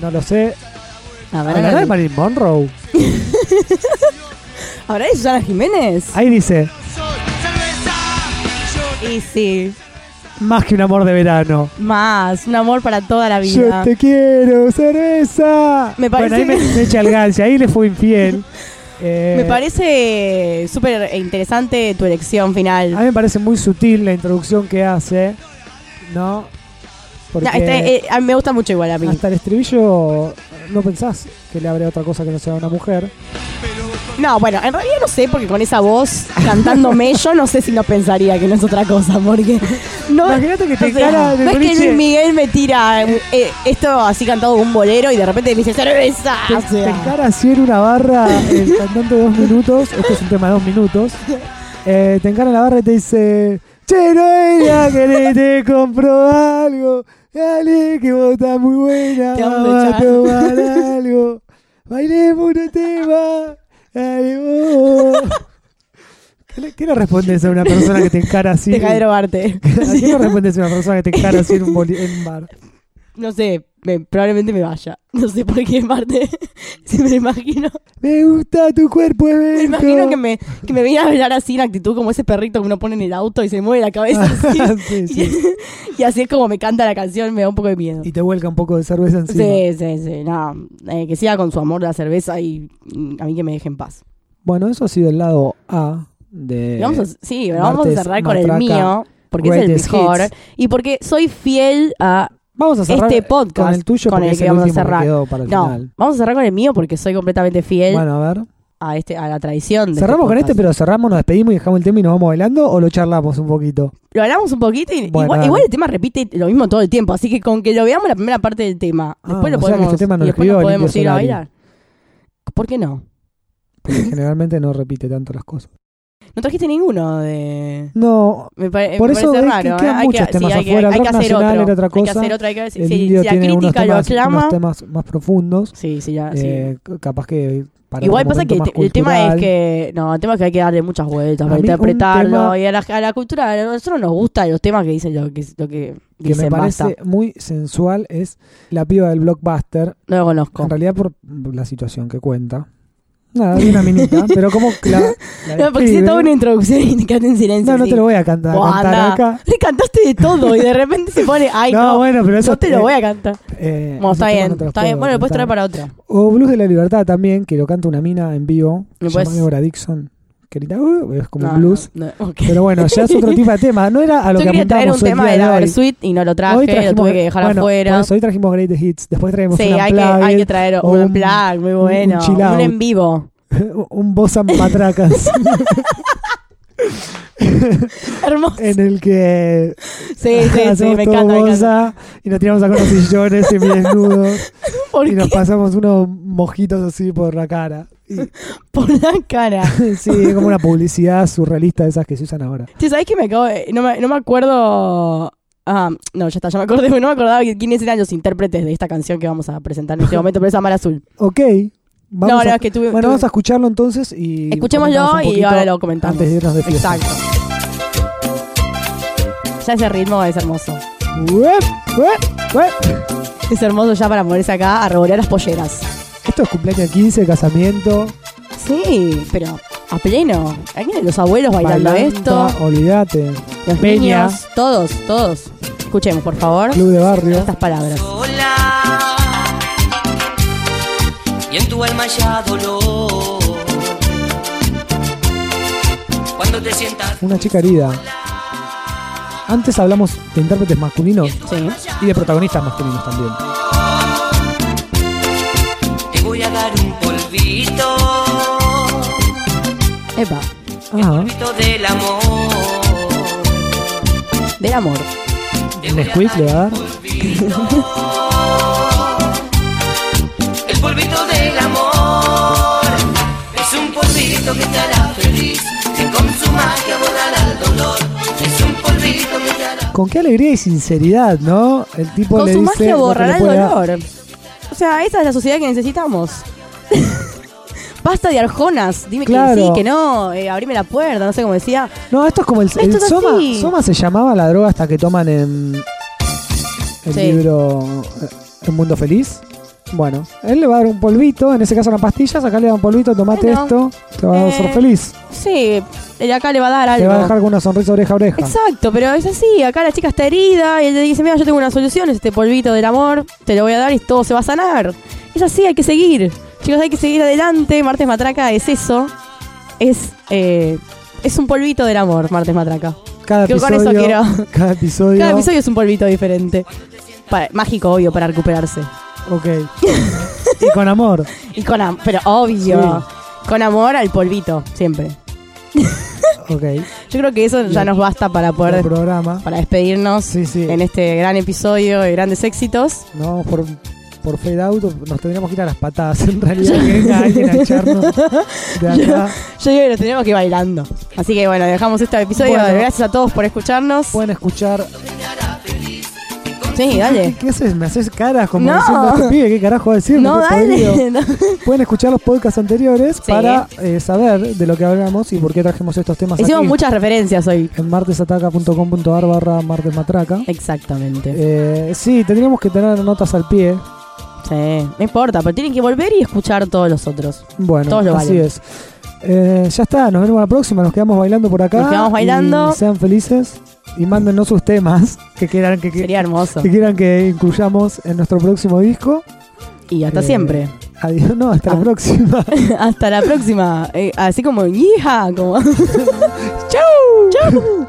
[SPEAKER 1] No lo sé.
[SPEAKER 2] ¿Habrán,
[SPEAKER 1] ¿Hablará de
[SPEAKER 2] adiv-
[SPEAKER 1] Marilyn Monroe?
[SPEAKER 2] ¿Habrá de Susana Jiménez?
[SPEAKER 1] Ahí dice,
[SPEAKER 2] Y sí,
[SPEAKER 1] más que un amor de verano.
[SPEAKER 2] más, un amor para toda la
[SPEAKER 1] Yo
[SPEAKER 2] vida.
[SPEAKER 1] te quiero, cerveza.
[SPEAKER 2] Me parece
[SPEAKER 1] bueno, ahí me,
[SPEAKER 2] que-
[SPEAKER 1] me echa el ganso, ahí le fue
[SPEAKER 2] *laughs*
[SPEAKER 1] infiel. Eh,
[SPEAKER 2] Me parece súper interesante tu elección
[SPEAKER 1] A
[SPEAKER 2] final.
[SPEAKER 1] mí me parece muy sutil la introducción que hace, ¿no? Porque
[SPEAKER 2] No, está- eh, a mí me gusta mucho igual a mí.
[SPEAKER 1] hasta el estribillo no pensás que le habrá otra cosa que no sea una mujer.
[SPEAKER 2] No, bueno, en realidad no sé, porque con esa voz
[SPEAKER 1] *laughs*
[SPEAKER 2] cantándome yo no sé si no pensaría que no es otra cosa, porque *laughs* no,
[SPEAKER 1] Imagínate *laughs* que te
[SPEAKER 2] o sea,
[SPEAKER 1] encara en el
[SPEAKER 2] no es que
[SPEAKER 1] boliche.
[SPEAKER 2] Luis Miguel me tira eh, esto así cantado como un bolero y de repente me dice cerveza.
[SPEAKER 1] Te,
[SPEAKER 2] o sea.
[SPEAKER 1] te encara así en una barra el cantante de dos minutos, este es un tema de dos minutos, eh, te encara en la barra y te dice, che, no era que te compro algo, dale, que vos estás muy buena,
[SPEAKER 2] Te vamos a
[SPEAKER 1] vamos a
[SPEAKER 2] echar". *laughs*
[SPEAKER 1] tomar algo, bailemos un tema, dale vos. ¿Qué le, qué le respondes a una persona que te encara así?
[SPEAKER 2] *laughs* Deja de
[SPEAKER 1] *laughs*
[SPEAKER 2] drogarte. *laughs*
[SPEAKER 1] ¿A qué le respondes a una persona que te encara así en un, boli- en un bar?
[SPEAKER 2] No sé, me- probablemente me vaya. *laughs* No sé por qué parte. *laughs* Sí, me imagino.
[SPEAKER 1] Me gusta tu cuerpo,
[SPEAKER 2] Me
[SPEAKER 1] Ebenco. *laughs*
[SPEAKER 2] imagino que me, que me viene a bailar así en actitud como ese perrito que uno pone en el auto y se mueve la cabeza
[SPEAKER 1] Ah. Sí,
[SPEAKER 2] así.
[SPEAKER 1] sí.
[SPEAKER 2] *laughs* y así es como me canta la canción, me da un poco de miedo.
[SPEAKER 1] Y te vuelca un poco de cerveza encima.
[SPEAKER 2] Sí, sí, sí, no, eh, que siga con su amor de la cerveza y mm, a mí que me deje en paz.
[SPEAKER 1] Bueno, eso ha sido el lado A de.
[SPEAKER 2] Y vamos a- sí, pero vamos
[SPEAKER 1] Eh, martes,
[SPEAKER 2] a cerrar con el
[SPEAKER 1] matraca,
[SPEAKER 2] mío, porque es el
[SPEAKER 1] greatest
[SPEAKER 2] mejor.
[SPEAKER 1] hits.
[SPEAKER 2] Y porque soy fiel a...
[SPEAKER 1] Vamos a cerrar
[SPEAKER 2] este podcast
[SPEAKER 1] con el tuyo
[SPEAKER 2] con
[SPEAKER 1] porque
[SPEAKER 2] el
[SPEAKER 1] es
[SPEAKER 2] que vamos a
[SPEAKER 1] último que
[SPEAKER 2] cerrar.
[SPEAKER 1] quedó para el
[SPEAKER 2] No,
[SPEAKER 1] final.
[SPEAKER 2] vamos a cerrar con el mío porque soy completamente fiel
[SPEAKER 1] Bueno, a ver.
[SPEAKER 2] a este a la tradición. de
[SPEAKER 1] Cerramos con este,
[SPEAKER 2] podcast.
[SPEAKER 1] pero cerramos, nos despedimos y dejamos el tema y nos vamos bailando o lo charlamos un poquito.
[SPEAKER 2] Lo hablamos un poquito y
[SPEAKER 1] Bueno,
[SPEAKER 2] igual,
[SPEAKER 1] dale.
[SPEAKER 2] igual el tema repite lo mismo todo el tiempo, así que con que lo veamos la primera parte del tema,
[SPEAKER 1] Ah,
[SPEAKER 2] después lo
[SPEAKER 1] o sea que
[SPEAKER 2] podemos,
[SPEAKER 1] este tema no
[SPEAKER 2] y
[SPEAKER 1] lo
[SPEAKER 2] después
[SPEAKER 1] escribió
[SPEAKER 2] lo
[SPEAKER 1] Lidio
[SPEAKER 2] podemos ir a
[SPEAKER 1] Solari.
[SPEAKER 2] bailar. ¿Por qué no? *laughs*
[SPEAKER 1] Porque generalmente no repite tanto las cosas.
[SPEAKER 2] No trajiste ninguno de...
[SPEAKER 1] No,
[SPEAKER 2] Me pare-
[SPEAKER 1] Por
[SPEAKER 2] me
[SPEAKER 1] eso
[SPEAKER 2] parece
[SPEAKER 1] ves que
[SPEAKER 2] raro,
[SPEAKER 1] quedan
[SPEAKER 2] ¿eh? Hay que-
[SPEAKER 1] muchos temas
[SPEAKER 2] sí, hay que-
[SPEAKER 1] afuera.
[SPEAKER 2] Hay
[SPEAKER 1] El
[SPEAKER 2] que
[SPEAKER 1] rock
[SPEAKER 2] hacer
[SPEAKER 1] nacional
[SPEAKER 2] otro.
[SPEAKER 1] era otra
[SPEAKER 2] Hay que
[SPEAKER 1] cosa.
[SPEAKER 2] hacer otro. hay que-
[SPEAKER 1] el
[SPEAKER 2] si- Si
[SPEAKER 1] indio
[SPEAKER 2] la
[SPEAKER 1] tiene unos
[SPEAKER 2] crítica lo
[SPEAKER 1] temas,
[SPEAKER 2] aclama...
[SPEAKER 1] unos temas más profundos.
[SPEAKER 2] Sí, sí, ya, sí.
[SPEAKER 1] eh, c- Capaz que. Para
[SPEAKER 2] Igual
[SPEAKER 1] otro
[SPEAKER 2] pasa que
[SPEAKER 1] momento
[SPEAKER 2] te-
[SPEAKER 1] más
[SPEAKER 2] el tema es
[SPEAKER 1] cultural.
[SPEAKER 2] que. No, el tema es que hay que darle muchas vueltas
[SPEAKER 1] A
[SPEAKER 2] para
[SPEAKER 1] mí un
[SPEAKER 2] interpretarlo.
[SPEAKER 1] tema-
[SPEAKER 2] Y a la, a la cultura, a nosotros nos gustan los temas que dicen lo que, lo que
[SPEAKER 1] Que
[SPEAKER 2] dicen
[SPEAKER 1] me parece
[SPEAKER 2] basta.
[SPEAKER 1] muy sensual es la piba del blockbuster,
[SPEAKER 2] No lo conozco.
[SPEAKER 1] En realidad por la situación que cuenta.
[SPEAKER 2] *laughs*
[SPEAKER 1] Nada, de una minita, pero como que la, la
[SPEAKER 2] No, porque hice
[SPEAKER 1] describe-
[SPEAKER 2] toda una introducción y te quedaste en silencio.
[SPEAKER 1] No, no
[SPEAKER 2] así.
[SPEAKER 1] te lo voy a cantar,
[SPEAKER 2] Vos
[SPEAKER 1] cantar
[SPEAKER 2] andá.
[SPEAKER 1] acá.
[SPEAKER 2] *laughs* Le cantaste de todo y de repente se pone. Ay,
[SPEAKER 1] no,
[SPEAKER 2] no, no,
[SPEAKER 1] bueno, pero eso
[SPEAKER 2] te lo voy a cantar.
[SPEAKER 1] eh, esos
[SPEAKER 2] Bueno, está
[SPEAKER 1] temas
[SPEAKER 2] bien,
[SPEAKER 1] no te los
[SPEAKER 2] está
[SPEAKER 1] puedo
[SPEAKER 2] bien. Bueno, lo puedes traer
[SPEAKER 1] cantar.
[SPEAKER 2] para otra.
[SPEAKER 1] O Blues de la Libertad también, que lo canta una mina en vivo,
[SPEAKER 2] Lo
[SPEAKER 1] llamada
[SPEAKER 2] puedes-
[SPEAKER 1] Deborah Dixon. Querida, uh, es como
[SPEAKER 2] No,
[SPEAKER 1] un blues.
[SPEAKER 2] no, no, ok.
[SPEAKER 1] Pero bueno, ya es
[SPEAKER 2] *laughs*
[SPEAKER 1] otro tipo de tema. No era a lo
[SPEAKER 2] Yo
[SPEAKER 1] que
[SPEAKER 2] quería traer
[SPEAKER 1] apuntamos
[SPEAKER 2] un
[SPEAKER 1] el
[SPEAKER 2] tema
[SPEAKER 1] día
[SPEAKER 2] de
[SPEAKER 1] de
[SPEAKER 2] la
[SPEAKER 1] hoy.
[SPEAKER 2] Versuit y no lo traje,
[SPEAKER 1] Hoy
[SPEAKER 2] lo tuve que dejar
[SPEAKER 1] bueno, por
[SPEAKER 2] afuera.
[SPEAKER 1] eso hoy trajimos Great Hits, después traemos
[SPEAKER 2] Sí,
[SPEAKER 1] un
[SPEAKER 2] hay que, hay que traer
[SPEAKER 1] o
[SPEAKER 2] un
[SPEAKER 1] un-
[SPEAKER 2] unplug muy
[SPEAKER 1] un
[SPEAKER 2] bueno,
[SPEAKER 1] chill
[SPEAKER 2] un
[SPEAKER 1] out.
[SPEAKER 2] en vivo.
[SPEAKER 1] *laughs* un Bossa
[SPEAKER 2] *laughs*
[SPEAKER 1] Matracas,
[SPEAKER 2] Hermoso.
[SPEAKER 1] en el que
[SPEAKER 2] Sí, *laughs* sí, sí,
[SPEAKER 1] Hacemos
[SPEAKER 2] me
[SPEAKER 1] todo
[SPEAKER 2] encanta, me encanta.
[SPEAKER 1] bolsa y nos tiramos acá unos
[SPEAKER 2] *laughs*
[SPEAKER 1] sillones semidesnudos
[SPEAKER 2] ¿Por
[SPEAKER 1] y nos
[SPEAKER 2] qué? *laughs*
[SPEAKER 1] pasamos unos mojitos así por la cara. Y-
[SPEAKER 2] Por la cara.
[SPEAKER 1] sí, es como una publicidad surrealista de esas que se usan ahora.
[SPEAKER 2] Che, ¿sabés que me acabo de- No me, no me acuerdo... Ah, no, ya está, ya me acordé. *laughs* No me acordaba que- quiénes eran los intérpretes de esta canción que vamos a presentar en este momento, pero es Amar Azul.
[SPEAKER 1] Ok. *laughs* Vamos
[SPEAKER 2] No,
[SPEAKER 1] a,
[SPEAKER 2] no, es que tuve...
[SPEAKER 1] bueno,
[SPEAKER 2] tuve-
[SPEAKER 1] vamos a escucharlo entonces y. comentamos
[SPEAKER 2] Escuchémoslo
[SPEAKER 1] un
[SPEAKER 2] y
[SPEAKER 1] poquito
[SPEAKER 2] ahora lo comentamos.
[SPEAKER 1] Antes de irnos de fiesta.
[SPEAKER 2] Exacto. Ya ese ritmo es hermoso.
[SPEAKER 1] Uep, uep, uep.
[SPEAKER 2] Es hermoso ya para ponerse acá a revolear las polleras.
[SPEAKER 1] Esto es cumpleaños 15, casamiento.
[SPEAKER 2] Sí, pero a pleno. Aquí los abuelos bailando
[SPEAKER 1] bailanta,
[SPEAKER 2] esto,
[SPEAKER 1] Olvídate.
[SPEAKER 2] los
[SPEAKER 1] Peña.
[SPEAKER 2] niños, todos, todos. Escuchemos, por favor,
[SPEAKER 1] Club de barrio.
[SPEAKER 2] estas palabras.
[SPEAKER 6] sola y en tu alma ya dolor. Cuando te sientas
[SPEAKER 1] Una chica herida. Antes hablamos de intérpretes masculinos
[SPEAKER 2] Sí.
[SPEAKER 1] y de protagonistas masculinos también.
[SPEAKER 6] te voy a dar un polvito,
[SPEAKER 2] Epa,
[SPEAKER 1] Ah,
[SPEAKER 6] polvito del amor.
[SPEAKER 2] del amor.
[SPEAKER 6] Te voy a
[SPEAKER 1] Nesquik
[SPEAKER 6] dar
[SPEAKER 1] le va a dar.
[SPEAKER 6] El polvito del amor es un polvito que te hará feliz, que con su magia borrará el dolor. Es un polvito que te hará
[SPEAKER 1] Con qué alegría y sinceridad, ¿no? El tipo
[SPEAKER 2] Con
[SPEAKER 1] le
[SPEAKER 2] su
[SPEAKER 1] dice
[SPEAKER 2] magia
[SPEAKER 1] lo que
[SPEAKER 2] borrará
[SPEAKER 1] le
[SPEAKER 2] el
[SPEAKER 1] puede dar.
[SPEAKER 2] dolor. O sea, esa es la sociedad que necesitamos. *laughs* Basta de arjonas. Dime
[SPEAKER 1] Claro.
[SPEAKER 2] que sí, que no. eh, abrime la puerta, no sé cómo decía.
[SPEAKER 1] No, esto es como el, el
[SPEAKER 2] Esto es
[SPEAKER 1] Soma.
[SPEAKER 2] así.
[SPEAKER 1] Soma se llamaba la droga hasta que toman en el
[SPEAKER 2] Sí.
[SPEAKER 1] libro eh, El Mundo Feliz. Bueno, él le va a dar un polvito, en ese caso eran pastillas, acá le da un polvito, tomate
[SPEAKER 2] Bueno.
[SPEAKER 1] esto, te va a hacer
[SPEAKER 2] Eh,
[SPEAKER 1] feliz.
[SPEAKER 2] Sí, el acá le va a dar algo.
[SPEAKER 1] Te va a dejar con una sonrisa oreja a oreja.
[SPEAKER 2] Exacto, pero es así, acá la chica está herida y ella dice, mira, yo tengo una solución, es este polvito del amor, te lo voy a dar y todo se va a sanar. Es así, hay que seguir. Chicos, hay que seguir adelante, Martes Matraca es eso. Es, eh, es un polvito del amor, Martes Matraca.
[SPEAKER 1] Cada
[SPEAKER 2] Yo con
[SPEAKER 1] episodio,
[SPEAKER 2] eso quiero.
[SPEAKER 1] cada episodio.
[SPEAKER 2] Cada episodio es un polvito diferente. Pa- mágico, obvio, para recuperarse.
[SPEAKER 1] Ok. y con amor.
[SPEAKER 2] Y con am- pero obvio. Con amor al polvito, siempre.
[SPEAKER 1] Ok.
[SPEAKER 2] Yo creo que eso ya nos basta para
[SPEAKER 1] El
[SPEAKER 2] poder
[SPEAKER 1] programa.
[SPEAKER 2] para despedirnos
[SPEAKER 1] Sí, sí.
[SPEAKER 2] en este gran episodio de grandes éxitos.
[SPEAKER 1] No, por, por fade out nos tendríamos que ir a las patadas. En
[SPEAKER 2] *laughs*
[SPEAKER 1] realidad, que venga alguien a echarnos de acá.
[SPEAKER 2] Yo digo que nos tenemos que ir bailando. Así que bueno, dejamos este episodio.
[SPEAKER 1] Bueno.
[SPEAKER 2] Gracias a todos por escucharnos.
[SPEAKER 1] Pueden escuchar.
[SPEAKER 2] Sí, dale.
[SPEAKER 1] ¿Qué haces? ¿Me haces caras como
[SPEAKER 2] Eh. No.
[SPEAKER 1] diciendo este pibe? ¿Qué carajo va a decir?
[SPEAKER 2] *laughs* *laughs* No,
[SPEAKER 1] Me estoy perdido.
[SPEAKER 2] dale. No.
[SPEAKER 1] Pueden escuchar los podcasts anteriores
[SPEAKER 2] Sí.
[SPEAKER 1] para eh, saber de lo que hablamos y por qué trajimos estos temas
[SPEAKER 2] Hicimos
[SPEAKER 1] aquí.
[SPEAKER 2] muchas referencias hoy.
[SPEAKER 1] En martesataca.com.ar barra martesmatraca.
[SPEAKER 2] Exactamente.
[SPEAKER 1] Eh, sí, tendríamos que tener notas al pie.
[SPEAKER 2] Sí, no importa, pero tienen que volver y escuchar todos los otros.
[SPEAKER 1] Bueno,
[SPEAKER 2] Todos lo
[SPEAKER 1] así
[SPEAKER 2] valen.
[SPEAKER 1] es. Eh, ya está, nos vemos la próxima, nos quedamos bailando por acá.
[SPEAKER 2] Nos quedamos bailando.
[SPEAKER 1] Y sean felices y mándenos sus temas que quieran que, que-
[SPEAKER 2] Sería hermoso.
[SPEAKER 1] que quieran que incluyamos en nuestro próximo disco.
[SPEAKER 2] Y hasta
[SPEAKER 1] Eh,
[SPEAKER 2] siempre.
[SPEAKER 1] Adiós, no, hasta la
[SPEAKER 2] Ah. *laughs*
[SPEAKER 1] próxima.
[SPEAKER 2] hasta la próxima. Eh, así como, hija, como. ¡Chau! ¡Chau!